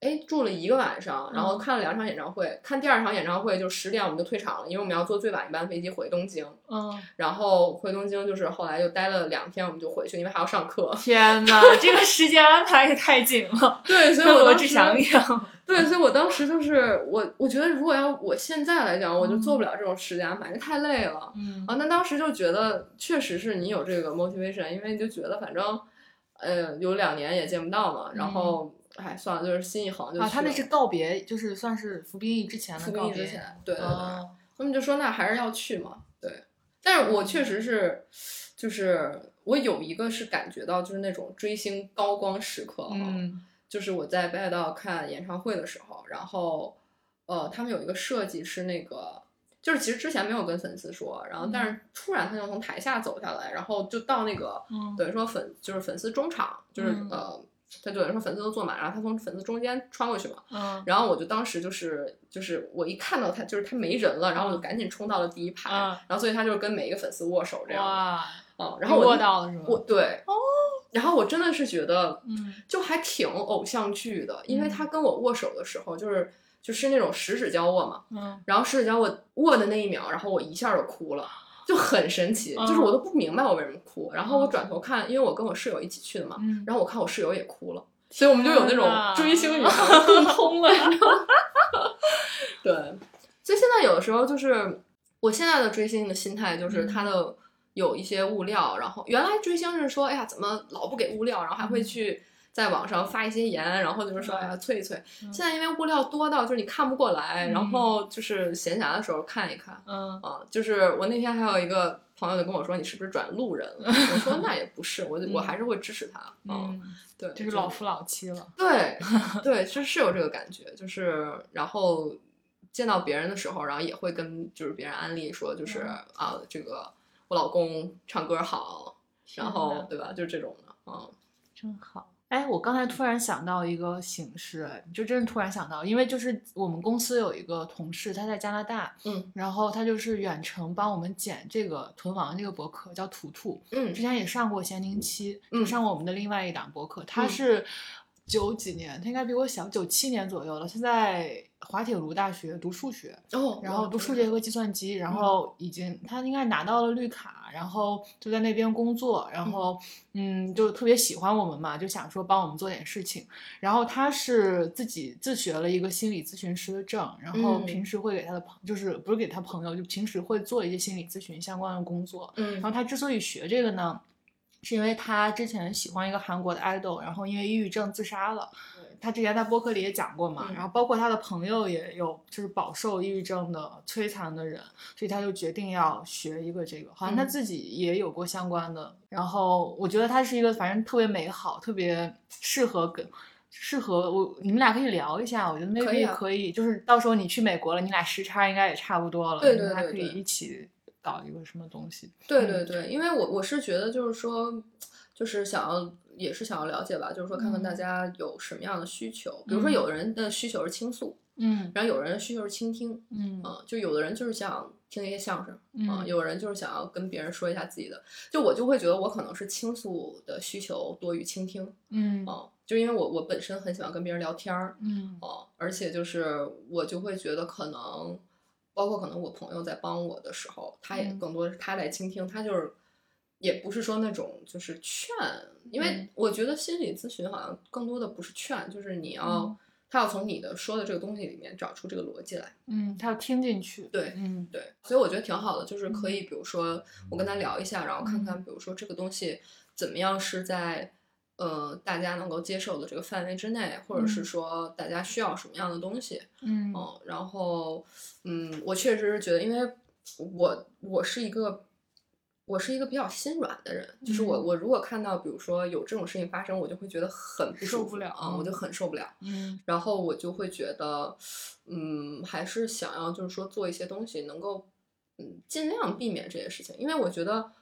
Speaker 2: 哎住了一个晚上，然后看了两场演唱会，看第二场演唱会就十点我们就退场了，因为我们要坐最晚一班飞机回东京，
Speaker 1: 嗯，。
Speaker 2: 然后回东京就是后来又待了两天，我们就回去，因为还要上课
Speaker 1: 天哪，这个时间安排也太紧了，
Speaker 2: 对，所以
Speaker 1: 跟
Speaker 2: 我
Speaker 1: 罗
Speaker 2: 当
Speaker 1: 志
Speaker 2: 时
Speaker 1: 祥一样。
Speaker 2: 对，所以我当时就是我，我觉得如果要我现在来讲，我就做不了这种时间安排，这太累了。
Speaker 1: 嗯
Speaker 2: 啊，那当时就觉得确实是你有这个 motivation，因为你就觉得反正，呃，有两年也见不到嘛，然后哎、算了，就是心一横就去
Speaker 1: 嗯
Speaker 2: 了。
Speaker 1: 啊，他那是告别，就是算是服兵役之前的
Speaker 2: 服
Speaker 1: 告
Speaker 2: 兵
Speaker 1: 别。
Speaker 2: 役之前，对对对，
Speaker 1: 哦
Speaker 2: 他们就说那还是要去嘛，对。但是我确实是，就是我有一个是感觉到就是那种追星高光时刻哈、
Speaker 1: 嗯
Speaker 2: 就是我在北海道看演唱会的时候，然后呃，他们有一个设计是那个，就是其实之前没有跟粉丝说，然后
Speaker 1: 嗯
Speaker 2: 但是突然他就从台下走下来，然后就到那个
Speaker 1: 嗯
Speaker 2: 等于说粉就是粉丝中场，就是、
Speaker 1: 嗯
Speaker 2: 呃，他等于说粉丝都坐满，然后他从粉丝中间穿过去嘛，
Speaker 1: 嗯
Speaker 2: 然后我就当时就是就是我一看到他就是他没人了，然后我就赶紧冲到了第一排，
Speaker 1: 嗯
Speaker 2: 然后所以他就是跟每一个粉丝握手这样的，
Speaker 1: 哇，
Speaker 2: 嗯，然后
Speaker 1: 你
Speaker 2: 我
Speaker 1: 握到了是吗？
Speaker 2: 我对哦，然后我真的是觉得
Speaker 1: 嗯
Speaker 2: 就还挺偶像剧的，因为
Speaker 1: 嗯
Speaker 2: 他跟我握手的时候就是就是那种十指交握嘛，
Speaker 1: 嗯
Speaker 2: 然后十指交握握的那一秒，然后我一下就哭了。就很神奇，
Speaker 1: 嗯
Speaker 2: 就是我都不明白我为什么哭。然后我转头
Speaker 1: 哦
Speaker 2: 看，因为我跟我室友一起去的嘛，
Speaker 1: 嗯，
Speaker 2: 然后我看我室友也哭了，所以我们就有那种
Speaker 1: 天哪
Speaker 2: 追星语言共通了。你知道吗对，所以现在有的时候就是我现在的追星的心态就是
Speaker 1: 嗯
Speaker 2: 它的有一些物料，然后原来追星是说，哎呀，怎么老不给物料，然后还
Speaker 1: 嗯
Speaker 2: 会去。在网上发一些言，然后就是说，哎呀，催一催。
Speaker 1: 嗯
Speaker 2: 现在因为物料多到就是你看不过来，
Speaker 1: 嗯
Speaker 2: 然后就是闲暇的时候看一看。
Speaker 1: 嗯
Speaker 2: 啊，就是我那天还有一个朋友就跟我说，你是不是转路人了？ 我说那也不是，我就我还是会支持他。嗯，
Speaker 1: 嗯，
Speaker 2: 对，
Speaker 1: 就是老夫老妻了。
Speaker 2: 对 对，是是有这个感觉，就是然后见到别人的时候，然后也会跟就是别人安利说，就是、
Speaker 1: 嗯
Speaker 2: 啊，这个我老公唱歌好，然
Speaker 1: 天
Speaker 2: 后
Speaker 1: 哪
Speaker 2: 对吧，就这种的，嗯
Speaker 1: 真好。哎，我刚才突然想到一个形式，哎，就真的突然想到，因为就是我们公司有一个同事，他在加拿大，
Speaker 2: 嗯
Speaker 1: 然后他就是远程帮我们剪这个屯王这个博客，叫图图，之
Speaker 2: 嗯
Speaker 1: 前也上过咸宁七，
Speaker 2: 嗯
Speaker 1: 上过我们的另外一档博客，他
Speaker 2: 嗯
Speaker 1: 是九几年，他应该比我小，九七年左右了，他在滑铁卢大学读数学，
Speaker 2: 哦，
Speaker 1: 然后读数
Speaker 2: 这
Speaker 1: 学和计算机，然后已经他应该拿到了绿卡，然后就在那边工作，然后嗯，就特别喜欢我们嘛，就想说帮我们做点事情。然后他是自己自学了一个心理咨询师的证，然后
Speaker 2: 嗯
Speaker 1: 平时会给他的朋，就是不是给他朋友，就平时会做一些心理咨询相关的工作。
Speaker 2: 嗯
Speaker 1: 然后他之所以学这个呢，是因为他之前喜欢一个韩国的 idol，然后因为抑郁症自杀了
Speaker 2: 对。
Speaker 1: 他之前在播客里也讲过嘛，
Speaker 2: 嗯
Speaker 1: 然后包括他的朋友也有就是饱受抑郁症的摧残的人，所以他就决定要学一个这个。好像他
Speaker 2: 嗯
Speaker 1: 自己也有过相关的，然后我觉得他是一个反正特别美好，特别适合跟。适合我，你们俩可以聊一下。我觉得 maybe
Speaker 2: 可以啊
Speaker 1: 就是到时候你去美国了，你俩时差应该也差不多了，
Speaker 2: 对
Speaker 1: 你们
Speaker 2: 对
Speaker 1: 还
Speaker 2: 对
Speaker 1: 可
Speaker 2: 对
Speaker 1: 以一起搞一个什么东西。
Speaker 2: 对
Speaker 1: 嗯
Speaker 2: 对对，因为我我是觉得就是说，就是想要也是想要了解吧，就是说看看
Speaker 1: 嗯
Speaker 2: 大家有什么样的需求。比如说
Speaker 1: 嗯
Speaker 2: 有的人的需求是倾诉，
Speaker 1: 嗯
Speaker 2: 然后有的人的需求是倾听，
Speaker 1: 嗯
Speaker 2: 嗯，就有的人就是想听一些相声，
Speaker 1: 嗯
Speaker 2: 啊有人就是想要跟别人说一下自己的。就我就会觉得我可能是倾诉的需求多于倾听，
Speaker 1: 嗯
Speaker 2: 嗯，就因为我我本身很喜欢跟别人聊天儿，
Speaker 1: 嗯
Speaker 2: 哦，而且就是我就会觉得可能，包括可能我朋友在帮我的时候，他也
Speaker 1: 嗯
Speaker 2: 更多是他在倾听，他就是也不是说那种就是劝，因为
Speaker 1: 嗯
Speaker 2: 我觉得心理咨询好像更多的不是劝，就是你要、
Speaker 1: 嗯
Speaker 2: 他要从你的说的这个东西里面找出这个逻辑来，
Speaker 1: 嗯，他要听进去。
Speaker 2: 对
Speaker 1: 嗯
Speaker 2: 对，所以我觉得挺好的，就是可以，比如说我跟他聊一下，然后看看，比如说这个东西怎么样是在呃大家能够接受的这个范围之内，或者是
Speaker 1: 嗯
Speaker 2: 说大家需要什么样的东西，
Speaker 1: 嗯
Speaker 2: 嗯，然后嗯，我确实是觉得，因为我我是一个。我是一个比较心软的人，就是我
Speaker 1: 嗯
Speaker 2: 我如果看到比如说有这种事情发生，我就会觉得很不
Speaker 1: 受
Speaker 2: 舒
Speaker 1: 不
Speaker 2: 服
Speaker 1: 了
Speaker 2: 啊、我就很受不了。
Speaker 1: 嗯
Speaker 2: 然后我就会觉得，嗯，还是想要就是说做一些东西能够，嗯，尽量避免这些事情，因为我觉得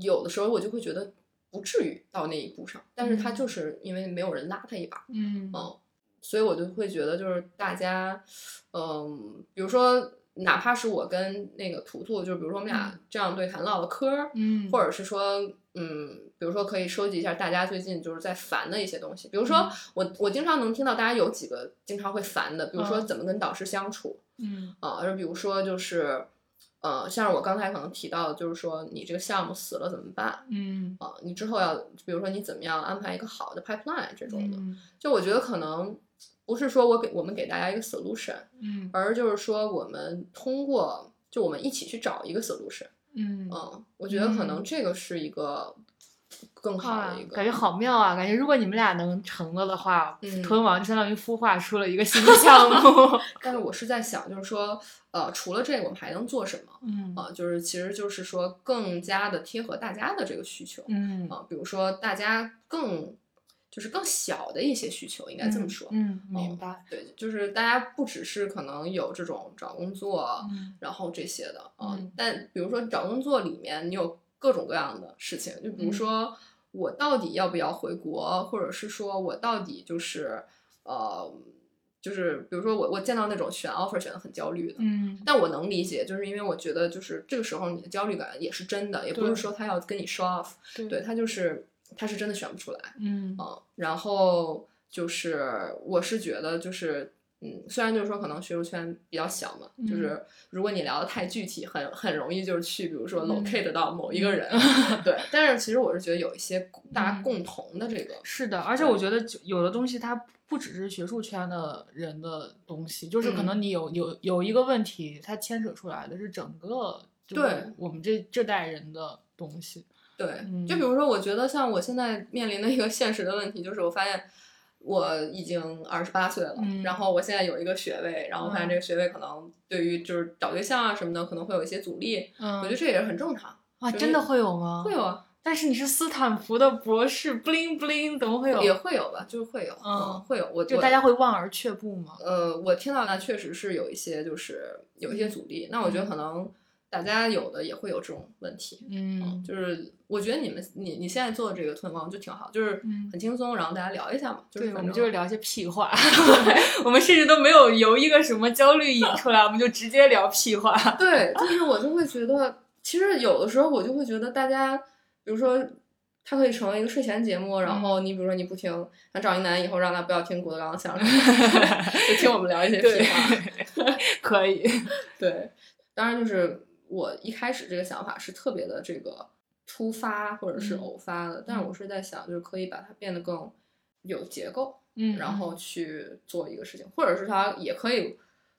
Speaker 2: 有的时候我就会觉得不至于到那一步上，但是他
Speaker 1: 嗯
Speaker 2: 就是因为没有人拉他一把，
Speaker 1: 嗯
Speaker 2: 嗯，所以我就会觉得就是大家，嗯，比如说哪怕是我跟那个图图，就是比如说我们俩这样对谈唠了嗑儿，
Speaker 1: 嗯
Speaker 2: 或者是说，嗯，比如说可以收集一下大家最近就是在烦的一些东西。比如说
Speaker 1: 嗯
Speaker 2: 我，我经常能听到大家有几个经常会烦的，比如说
Speaker 1: 嗯
Speaker 2: 怎么跟导师相处
Speaker 1: 嗯
Speaker 2: 啊，就、比如说就是，呃，像是我刚才可能提到的，就是说你这个项目死了怎么办
Speaker 1: 嗯
Speaker 2: 啊、你之后要，比如说你怎么样安排一个好的 pipeline 这种的。
Speaker 1: 嗯
Speaker 2: 就我觉得可能不是说我给我们给大家一个 solution，
Speaker 1: 嗯
Speaker 2: 而就是说我们通过就我们一起去找一个 solution。
Speaker 1: 嗯
Speaker 2: 嗯，我觉得可能这个是一个更好
Speaker 1: 哇
Speaker 2: 的一个，
Speaker 1: 感觉好妙啊！感觉如果你们俩能成了的话，
Speaker 2: 嗯
Speaker 1: 屯王就相当于孵化出了一个新的项 目。
Speaker 2: 但是我是在想，就是说，呃，除了这个，我们还能做什么？
Speaker 1: 嗯
Speaker 2: 啊、就是其实就是说，更加的贴合大家的这个需求啊、
Speaker 1: 嗯，
Speaker 2: 比如说大家更就是更小的一些需求，应该这么说。哦
Speaker 1: 嗯，明白。
Speaker 2: 对，就是大家不只是可能有这种找工作，
Speaker 1: 嗯
Speaker 2: 然后这些的啊、
Speaker 1: 嗯
Speaker 2: 但比如说找工作里面，你有各种各样的事情，就比如
Speaker 1: 嗯
Speaker 2: 说我到底要不要回国，或者是说我到底就是呃，就是比如说我我见到那种选 offer 选的很焦虑的。
Speaker 1: 嗯
Speaker 2: 但我能理解，就是因为我觉得，就是这个时候你的焦虑感也是真的，也不是
Speaker 1: 对
Speaker 2: 说他要跟你 show off，
Speaker 1: 对
Speaker 2: 对他就是他是真的选不出来，
Speaker 1: 嗯
Speaker 2: 嗯，然后就是我是觉得就是。嗯，虽然就是说可能学术圈比较小嘛，
Speaker 1: 嗯
Speaker 2: 就是如果你聊的太具体，很很容易就是去，比如说
Speaker 1: 嗯
Speaker 2: locate 到某一个人， 对。但是其实我是觉得有一些大
Speaker 1: 嗯
Speaker 2: 家共同的这个，
Speaker 1: 是的，而且
Speaker 2: 嗯
Speaker 1: 我觉得就有的东西它不只是学术圈的人的东西，就是可
Speaker 2: 嗯
Speaker 1: 能你有有有一个问题，它牵扯出来的是整个就是
Speaker 2: 对
Speaker 1: 我们这这代人的东西。
Speaker 2: 对，
Speaker 1: 嗯
Speaker 2: 就比如说，我觉得像我现在面临的一个现实的问题，就是我发现我已经二十八岁了，
Speaker 1: 嗯
Speaker 2: 然后我现在有一个学位，然后我发
Speaker 1: 嗯
Speaker 2: 现这个学位可能对于就是找对象啊什么的，可能会有一些阻力，
Speaker 1: 嗯
Speaker 2: 我觉得这也是很正常，
Speaker 1: 哇，
Speaker 2: 就是
Speaker 1: 真的会有吗？
Speaker 2: 会。有啊，
Speaker 1: 但是你是斯坦福的博士，bling bling，怎么会有？
Speaker 2: 也会有吧，就是会有，
Speaker 1: 嗯
Speaker 2: 嗯，会有，我
Speaker 1: 就
Speaker 2: 我
Speaker 1: 大家会望而却步吗？
Speaker 2: 呃，我听到的确实是有一些就是有一些阻力，那我
Speaker 1: 嗯
Speaker 2: 觉得可能大家有的也会有这种问题，嗯，
Speaker 1: 嗯
Speaker 2: 就是我觉得你们你你现在做的这个推广就挺好，就是
Speaker 1: 嗯
Speaker 2: 很轻松，然后大家聊一下嘛，就是
Speaker 1: 对，我
Speaker 2: 反
Speaker 1: 们
Speaker 2: 正
Speaker 1: 就是聊一些屁话， 我们甚至都没有由一个什么焦虑引出来，我们就直接聊屁话。
Speaker 2: 对，就是我就会觉得，其实有的时候我就会觉得大家，比如说。它可以成为一个睡前节目，
Speaker 1: 嗯
Speaker 2: 然后你比如说你不听，想找一男以后让他不要听郭德纲 相声，就听我们聊一些屁话。
Speaker 1: 可以。
Speaker 2: 对，当然就是我一开始这个想法是特别的这个突发或者是
Speaker 1: 嗯
Speaker 2: 偶发的，但是我是在想，就是可以把它变得更有结构，
Speaker 1: 嗯
Speaker 2: 然后去做一个事情，或者是它也可以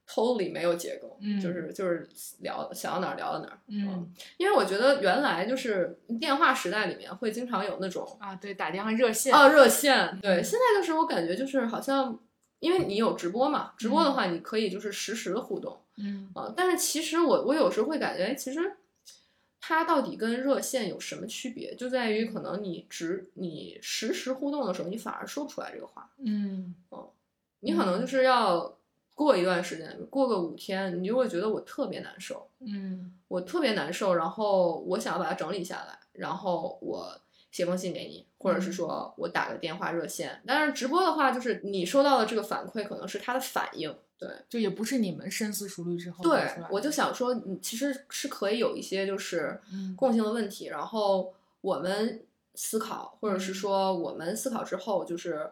Speaker 2: totally 没有结构，
Speaker 1: 嗯
Speaker 2: 就是就是聊想到哪儿聊到哪儿。啊
Speaker 1: 嗯
Speaker 2: 因为我觉得原来就是电话时代里面会经常有那种
Speaker 1: 啊，对，打电话热线。嗯
Speaker 2: 哦，热线。对，现在就是我感觉就是好像，因为你有直播嘛，直播的话你可以就是实时的互动。
Speaker 1: 嗯
Speaker 2: 啊，但是其实我我有时候会感觉，哎其实它到底跟热线有什么区别？就在于可能你直你实时互动的时候，你反而说不出来这个话，
Speaker 1: 嗯
Speaker 2: 你可能就是要过一段时间，过个五天，你就会觉得我特别难受，
Speaker 1: 嗯
Speaker 2: 我特别难受，然后我想要把它整理下来，然后我。写封信给你，或者是
Speaker 1: 嗯
Speaker 2: 说我打个电话热线。但是直播的话，就是你收到的这个反馈可能是他的反应，对，
Speaker 1: 就也不是你们深思熟虑之后
Speaker 2: 对
Speaker 1: 得出来，
Speaker 2: 我就
Speaker 1: 的
Speaker 2: 想说，你其实是可以有一些就是
Speaker 1: 嗯
Speaker 2: 共性的问题，然后我们思考，或者
Speaker 1: 嗯
Speaker 2: 是说我们思考之后，就是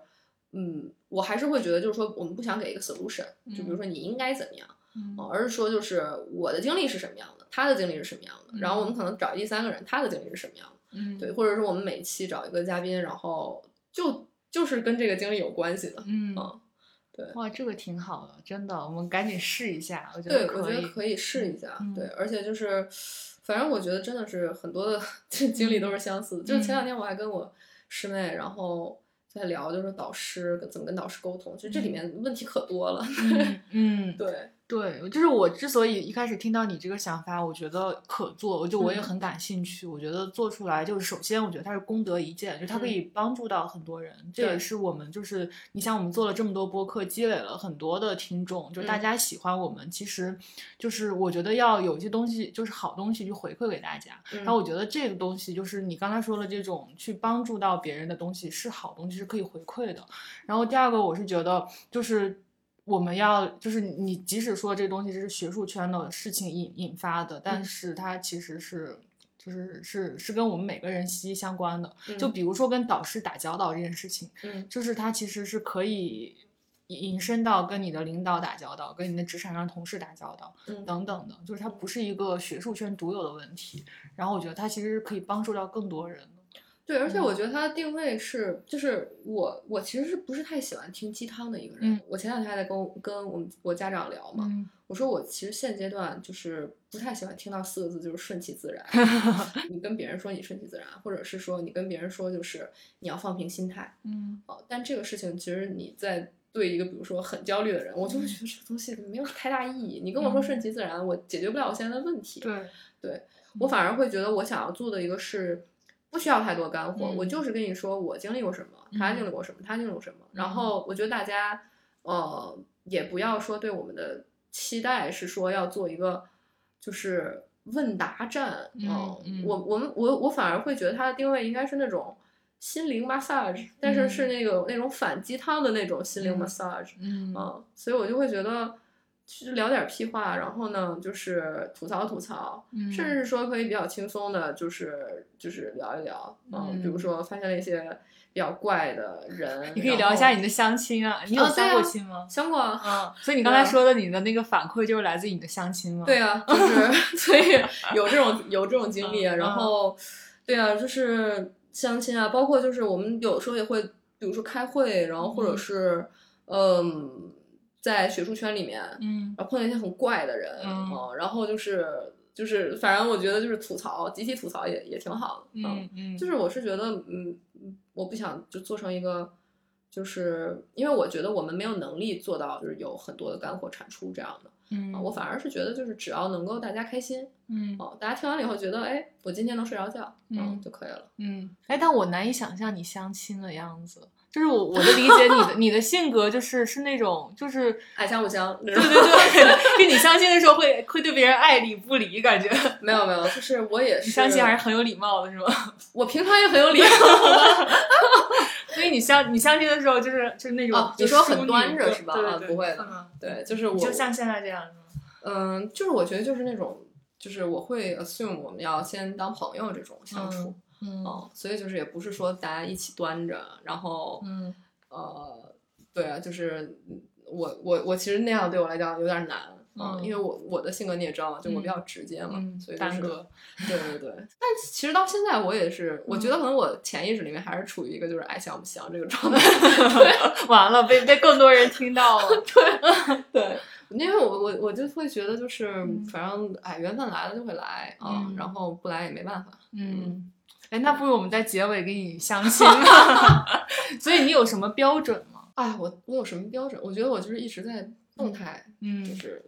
Speaker 2: 嗯，我还是会觉得就是说，我们不想给一个 solution，就比
Speaker 1: 嗯
Speaker 2: 如说你应该怎么样，
Speaker 1: 嗯
Speaker 2: 哦而是说就是我的经历是什么样的，他的经历是什么样的，然后我们
Speaker 1: 嗯
Speaker 2: 可能找第三个人，他的经历是什么样的，
Speaker 1: 嗯
Speaker 2: 对，或者说我们每期找一个嘉宾，然后就就是跟这个经历有关系的，
Speaker 1: 嗯
Speaker 2: 嗯对
Speaker 1: 哇，这个挺好的，真的，我们赶紧试一下，我觉
Speaker 2: 对，
Speaker 1: 得
Speaker 2: 我
Speaker 1: 可
Speaker 2: 觉
Speaker 1: 以。
Speaker 2: 得可以试一下。
Speaker 1: 嗯
Speaker 2: 对，而且就是，反正我觉得真的是 很多的这经历都是相似的。就是前两
Speaker 1: 嗯
Speaker 2: 天我还跟我师妹，然后在聊，就是导师跟怎么跟导师沟通，就这里
Speaker 1: 嗯
Speaker 2: 面问题可多 了。
Speaker 1: 嗯嗯，
Speaker 2: 对，
Speaker 1: 对，就是我之所以一开始听到你这个想法，我觉得可做，我就我也
Speaker 2: 嗯
Speaker 1: 很感兴趣。我觉得做出来就是，首先我觉得它是功德一件，就它可
Speaker 2: 嗯
Speaker 1: 以帮助到很多人。这
Speaker 2: 对
Speaker 1: 也是我们就是，你想我们做了这么多播客，积累了很多的听众，就是大
Speaker 2: 嗯
Speaker 1: 家喜欢我们，其实就是我觉得要有一些东西，就是好东西去回馈给大家。
Speaker 2: 嗯
Speaker 1: 然后我觉得这个东西就是你刚才说的这种去帮助到别人的东西是好东西，是可以回馈的。然后第二个，我是觉得就是我们要就是你即使说这东西是学术圈的事情引引发的，但是它其实是。就是是是跟我们每个人息息相关的，就比如说跟导师打交道这件事情，
Speaker 2: 嗯
Speaker 1: 就是它其实是可以引申到跟你的领导打交道、跟你的职场上同事打交道
Speaker 2: 嗯
Speaker 1: 等等的，就是它不是一个学术圈独有的问题。然后我觉得它其实是可以帮助到更多人的。
Speaker 2: 对，而且
Speaker 1: 嗯
Speaker 2: 我觉得它的定位是，就是我我其实是不是太喜欢听鸡汤的一个人。
Speaker 1: 嗯
Speaker 2: 我前两天还在跟我跟我们我家长聊嘛，
Speaker 1: 嗯
Speaker 2: 我说我其实现阶段就是不太喜欢听到四个字，就是顺其自然。你跟别人说你顺其自然，或者是说你跟别人说就是你要放平心态
Speaker 1: 嗯，
Speaker 2: 哦。但这个事情其实你在对一个比如说很焦虑的人，我就会觉得这个东西没有太大意义。你跟我说
Speaker 1: 嗯
Speaker 2: 顺其自然，我解决不了我现在的问题。
Speaker 1: 对，嗯
Speaker 2: 我反而会觉得我想要做的一个是不需要太多干货，
Speaker 1: 嗯
Speaker 2: 我就是跟你说我经历过什么，他经历过什么，他经历过什么。
Speaker 1: 嗯
Speaker 2: 然后我觉得大家呃也不要说对我们的期待是说要做一个就是问答站，
Speaker 1: 嗯嗯
Speaker 2: 我我们我我反而会觉得它的定位应该是那种。心灵 massage，但是是那种、那种反鸡汤的那种心灵
Speaker 1: 嗯
Speaker 2: massage，、
Speaker 1: 嗯
Speaker 2: 嗯，所以我就会觉得，其实聊点屁话，然后呢，就是吐槽吐槽，
Speaker 1: 嗯
Speaker 2: 甚至是说可以比较轻松的，就是就是聊一聊，嗯，比如
Speaker 1: 嗯
Speaker 2: 说发现了一些比较怪的人，
Speaker 1: 你可以
Speaker 2: 然
Speaker 1: 聊一下
Speaker 2: 后
Speaker 1: 你的相亲啊，你
Speaker 2: 哦
Speaker 1: 有
Speaker 2: 对
Speaker 1: 相
Speaker 2: 啊
Speaker 1: 过亲吗？
Speaker 2: 相关。
Speaker 1: 嗯，所以你刚才说的你的那个反馈就是来自于你的相亲吗？
Speaker 2: 对，啊，就是 所以有这种有这种经历啊，
Speaker 1: 嗯
Speaker 2: 然后，对啊，就是相亲啊，包括就是我们有时候也会，比如说开会，然后或者
Speaker 1: 嗯
Speaker 2: 是嗯，在学术圈里面，
Speaker 1: 嗯
Speaker 2: 然后碰见一些很怪的人，
Speaker 1: 嗯
Speaker 2: 然后就是就是，反正我觉得就是吐槽，集体吐槽也也挺好的，
Speaker 1: 嗯嗯，
Speaker 2: 就是我是觉得，嗯嗯，我不想就做成一个，就是因为我觉得我们没有能力做到，就是有很多的干货产出这样的，
Speaker 1: 嗯
Speaker 2: 啊我反而是觉得就是只要能够大家开心，
Speaker 1: 嗯
Speaker 2: 哦，大家听完了以后觉得，哎，我今天能睡着觉，
Speaker 1: 嗯
Speaker 2: 就可以了，
Speaker 1: 嗯，哎，但我难以想象你相亲的样子。就是我我的理解，你的你的性格就是是那种，就是
Speaker 2: 爱香不香？ 对
Speaker 1: 对对 对，就你相亲的时候会会对别人爱理不理，感觉
Speaker 2: 没有没有，就是我也是，
Speaker 1: 你相亲还是很有礼貌的，是吗？
Speaker 2: 我平常也很有礼貌。
Speaker 1: 所以你相你相亲的时候就是就是那种
Speaker 2: 哦
Speaker 1: 就
Speaker 2: 你说
Speaker 1: 淑
Speaker 2: 很
Speaker 1: 女
Speaker 2: 端着
Speaker 1: 对
Speaker 2: 是吧
Speaker 1: 对
Speaker 2: 啊
Speaker 1: 对
Speaker 2: 不会的
Speaker 1: 嗯
Speaker 2: 对，就是我
Speaker 1: 你就像现在这样是吗？
Speaker 2: 嗯，就是我觉得就是那种，就是我会 assume 我们要先当朋友这种相处，
Speaker 1: 嗯
Speaker 2: 哦，所以就是也不是说大家一起端着，然后、
Speaker 1: 嗯
Speaker 2: 呃，对啊，就是我我我其实那样对我来讲有点难。
Speaker 1: 嗯
Speaker 2: 因为我我的性格你也知道嘛，就我比较直接嘛，
Speaker 1: 嗯
Speaker 2: 所以就
Speaker 1: 耽
Speaker 2: 是
Speaker 1: 搁，
Speaker 2: 对对对。但其实到现在我也是，我
Speaker 1: 嗯
Speaker 2: 觉得可能我潜意识里面还是处于一个就是爱香不香这个状态，
Speaker 1: 完了被被更多人听到 了，
Speaker 2: 对，因为我我我就会觉得就是，
Speaker 1: 嗯
Speaker 2: 反正哎，缘分来了就会来啊，
Speaker 1: 嗯
Speaker 2: 然后不来也没办法。
Speaker 1: 嗯。哎，那不如我们在结尾给你相亲吧。 所以你有什么标准吗？
Speaker 2: 哎，我我有什么标准？我觉得我就是一直在动态，
Speaker 1: 嗯
Speaker 2: 就是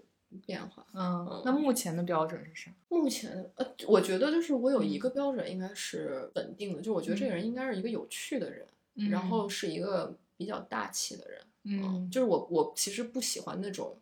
Speaker 2: 变化。
Speaker 1: 嗯，那目前的标准是啥？
Speaker 2: 目前呃，我觉得就是我有
Speaker 1: 嗯
Speaker 2: 一个标准应该是稳定的，就我觉得这个人应该是一个有趣的人，然后是一个比较大气的人。
Speaker 1: 嗯，
Speaker 2: 就是我我其实不喜欢那种，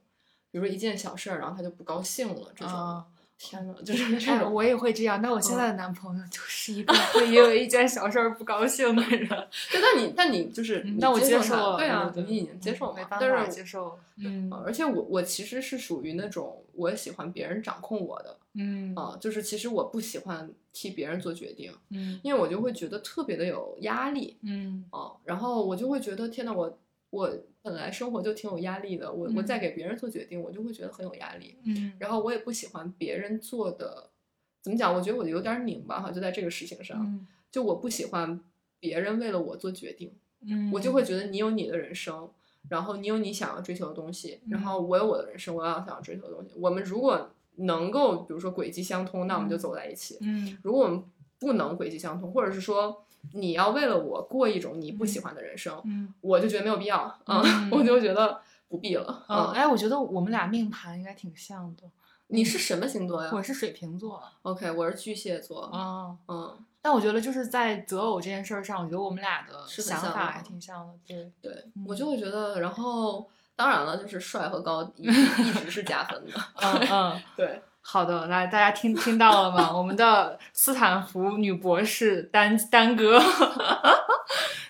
Speaker 2: 比如说一件小事儿，然后他就不高兴了这种。
Speaker 1: 啊
Speaker 2: 天哪，就是 这
Speaker 1: 哎，
Speaker 2: 种。嗯
Speaker 1: 我也会这样，但我现在的男朋友就是一个 会因为一件小事儿不高兴的人。
Speaker 2: 对，但你但你就是，
Speaker 1: 嗯
Speaker 2: 你
Speaker 1: 但我接
Speaker 2: 受它
Speaker 1: 了，
Speaker 2: 对啊，
Speaker 1: 对
Speaker 2: 你已经接受了
Speaker 1: 没
Speaker 2: 嘛，
Speaker 1: 办
Speaker 2: 但
Speaker 1: 法
Speaker 2: 是
Speaker 1: 接受了。嗯
Speaker 2: 我。而且我我其实是属于那种我也喜欢别人掌控我的
Speaker 1: 嗯
Speaker 2: 啊、就是其实我不喜欢替别人做决定，
Speaker 1: 嗯
Speaker 2: 因为我就会觉得特别的有压力
Speaker 1: 嗯
Speaker 2: 啊、然后我就会觉得天呐，我我本来生活就挺有压力的，我我
Speaker 1: 嗯
Speaker 2: 再给别人做决定，我就会觉得很有压力，
Speaker 1: 嗯，
Speaker 2: 然后我也不喜欢别人做的，怎么讲？我觉得我有点拧巴哈，就在这个事情上，
Speaker 1: 嗯
Speaker 2: 就我不喜欢别人为了我做决定。
Speaker 1: 嗯，
Speaker 2: 我就会觉得你有你的人生，然后你有你想要追求的东西，然
Speaker 1: 嗯
Speaker 2: 后我有我的人生，我要想要追求的东西。我们如果能够，比如说轨迹相通，那我们就
Speaker 1: 嗯
Speaker 2: 走在一起；
Speaker 1: 嗯
Speaker 2: 如果我们不能轨迹相通，或者是说你要为了我过一种你不喜欢的人生，
Speaker 1: 嗯
Speaker 2: 我就觉得没有必要啊，
Speaker 1: 嗯
Speaker 2: 我就觉得不必了
Speaker 1: 嗯，
Speaker 2: 啊。
Speaker 1: 哎，我觉得我们俩命盘应该挺像的。
Speaker 2: 你是什么星座呀
Speaker 1: 我是水瓶座啊
Speaker 2: ？OK，我是巨蟹座，
Speaker 1: 哦，
Speaker 2: 嗯，
Speaker 1: 但我觉得就是在择偶这件事儿上，我觉得我们俩的
Speaker 2: 是很
Speaker 1: 想
Speaker 2: 像
Speaker 1: 法
Speaker 2: 的
Speaker 1: 还挺像的。 对，
Speaker 2: 对
Speaker 1: 嗯
Speaker 2: 我就会觉得，然后当然了，就是帅和高 一一直是加分的，
Speaker 1: 嗯嗯。
Speaker 2: 对。
Speaker 1: 好的，来，大家听听到了吗？我 们的斯坦福女博士丹 丹哥，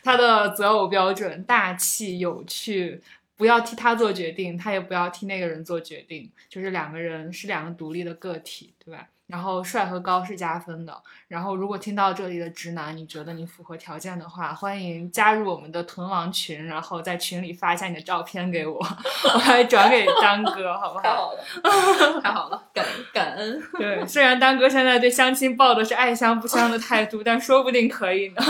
Speaker 1: 她的择偶标准大气、有趣、不要替他做决定，他也不要替那个人做决定，就是两个人是两个独立的个体，对吧？然后帅和高是加分的。然后如果听到这里的直男，你觉得你符合条件的话，欢迎加入我们的臀王群，然后在群里发一下你的照片给我， 我还转给张哥，好不
Speaker 2: 太
Speaker 1: 好？
Speaker 2: 好了，太好了，感感恩。
Speaker 1: 对，虽然丹哥现在对相亲抱的是爱相不相的态度，但说不定可以呢。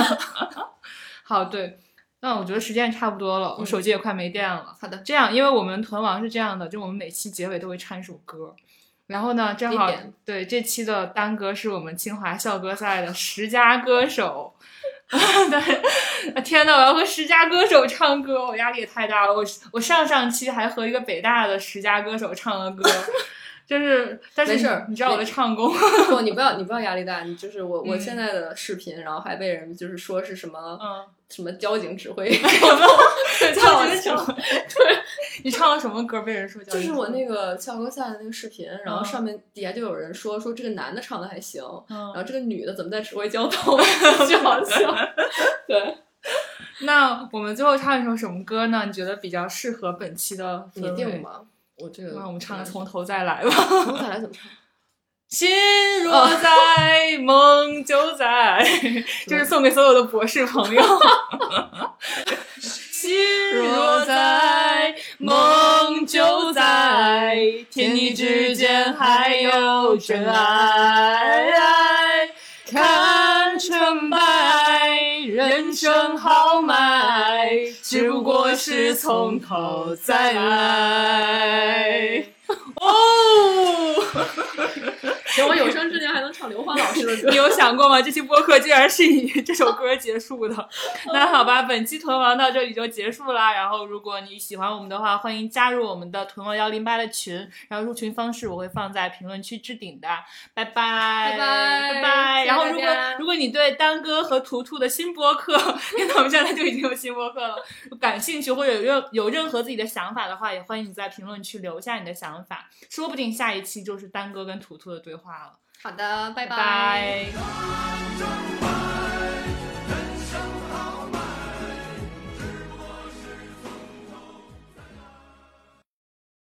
Speaker 1: 好，对，那我觉得时间也差不多了，我手机也快没电了。
Speaker 2: 嗯好的，
Speaker 1: 这样，因为我们臀王是这样的，就我们每期结尾都会唱一首歌。然后呢，正好
Speaker 2: 一点
Speaker 1: 对这期的丹哥是我们清华校歌赛的十佳歌手。 天呐，我要和十佳歌手唱歌，我压力也太大了。我我上上期还和一个北大的十佳歌手唱了歌， 就是但是
Speaker 2: 没事儿
Speaker 1: 你你知道我的唱功，
Speaker 2: 不，你不要，你不要压力大，你就是我，我
Speaker 1: 嗯
Speaker 2: 现在的视频，然后还被人就是说是什么
Speaker 1: 嗯，
Speaker 2: 什么交警指 挥，
Speaker 1: 对，
Speaker 2: 叫我
Speaker 1: 就是
Speaker 2: 唱
Speaker 1: 你唱了什么歌被人说叫
Speaker 2: 就是我
Speaker 1: 个，
Speaker 2: 那个校歌赛的那个视频，然后
Speaker 1: 嗯
Speaker 2: 上面底下就有人说说这个男的唱的还行，然
Speaker 1: 嗯，
Speaker 2: 后这个女的怎么在指挥交通，就哦 好笑。 对，
Speaker 1: 那我们最后唱一首什么歌呢？你觉得比较适合本期的氛围？
Speaker 2: 你定吗？我这个，
Speaker 1: 那我们唱个从头再来吧。
Speaker 2: 从再来怎么 唱？
Speaker 1: 心若在，梦就 在，这是送给所有的博士朋友。 心若在，梦就在，天地之间还有真爱。看成败，人生豪迈，只不过是从头再
Speaker 2: 哎
Speaker 1: 来。哦。
Speaker 2: 行，我有生之年还能唱刘欢老师的歌
Speaker 1: 你。有想过吗？这期播客竟然是以这首歌结束的。那好吧，本期屯王到这里就结束啦。然后，如果你喜欢我们的话，欢迎加入我们的屯王幺零八的群。然后入群方式我会放在评论区置顶的。拜拜，拜
Speaker 2: 拜拜
Speaker 1: 拜拜。然后，
Speaker 2: 谢
Speaker 1: 如
Speaker 2: 谢
Speaker 1: 果
Speaker 2: 大家
Speaker 1: 如果你对丹哥和图图的新播客，因为我们现在就已经有新播客了，感兴趣或者有任有任何自己的想法的话，也欢迎你在评论区留下你的想法。说不定下一期就是丹哥跟图图的对话了。
Speaker 2: 好的，拜
Speaker 1: 拜拜
Speaker 3: 中国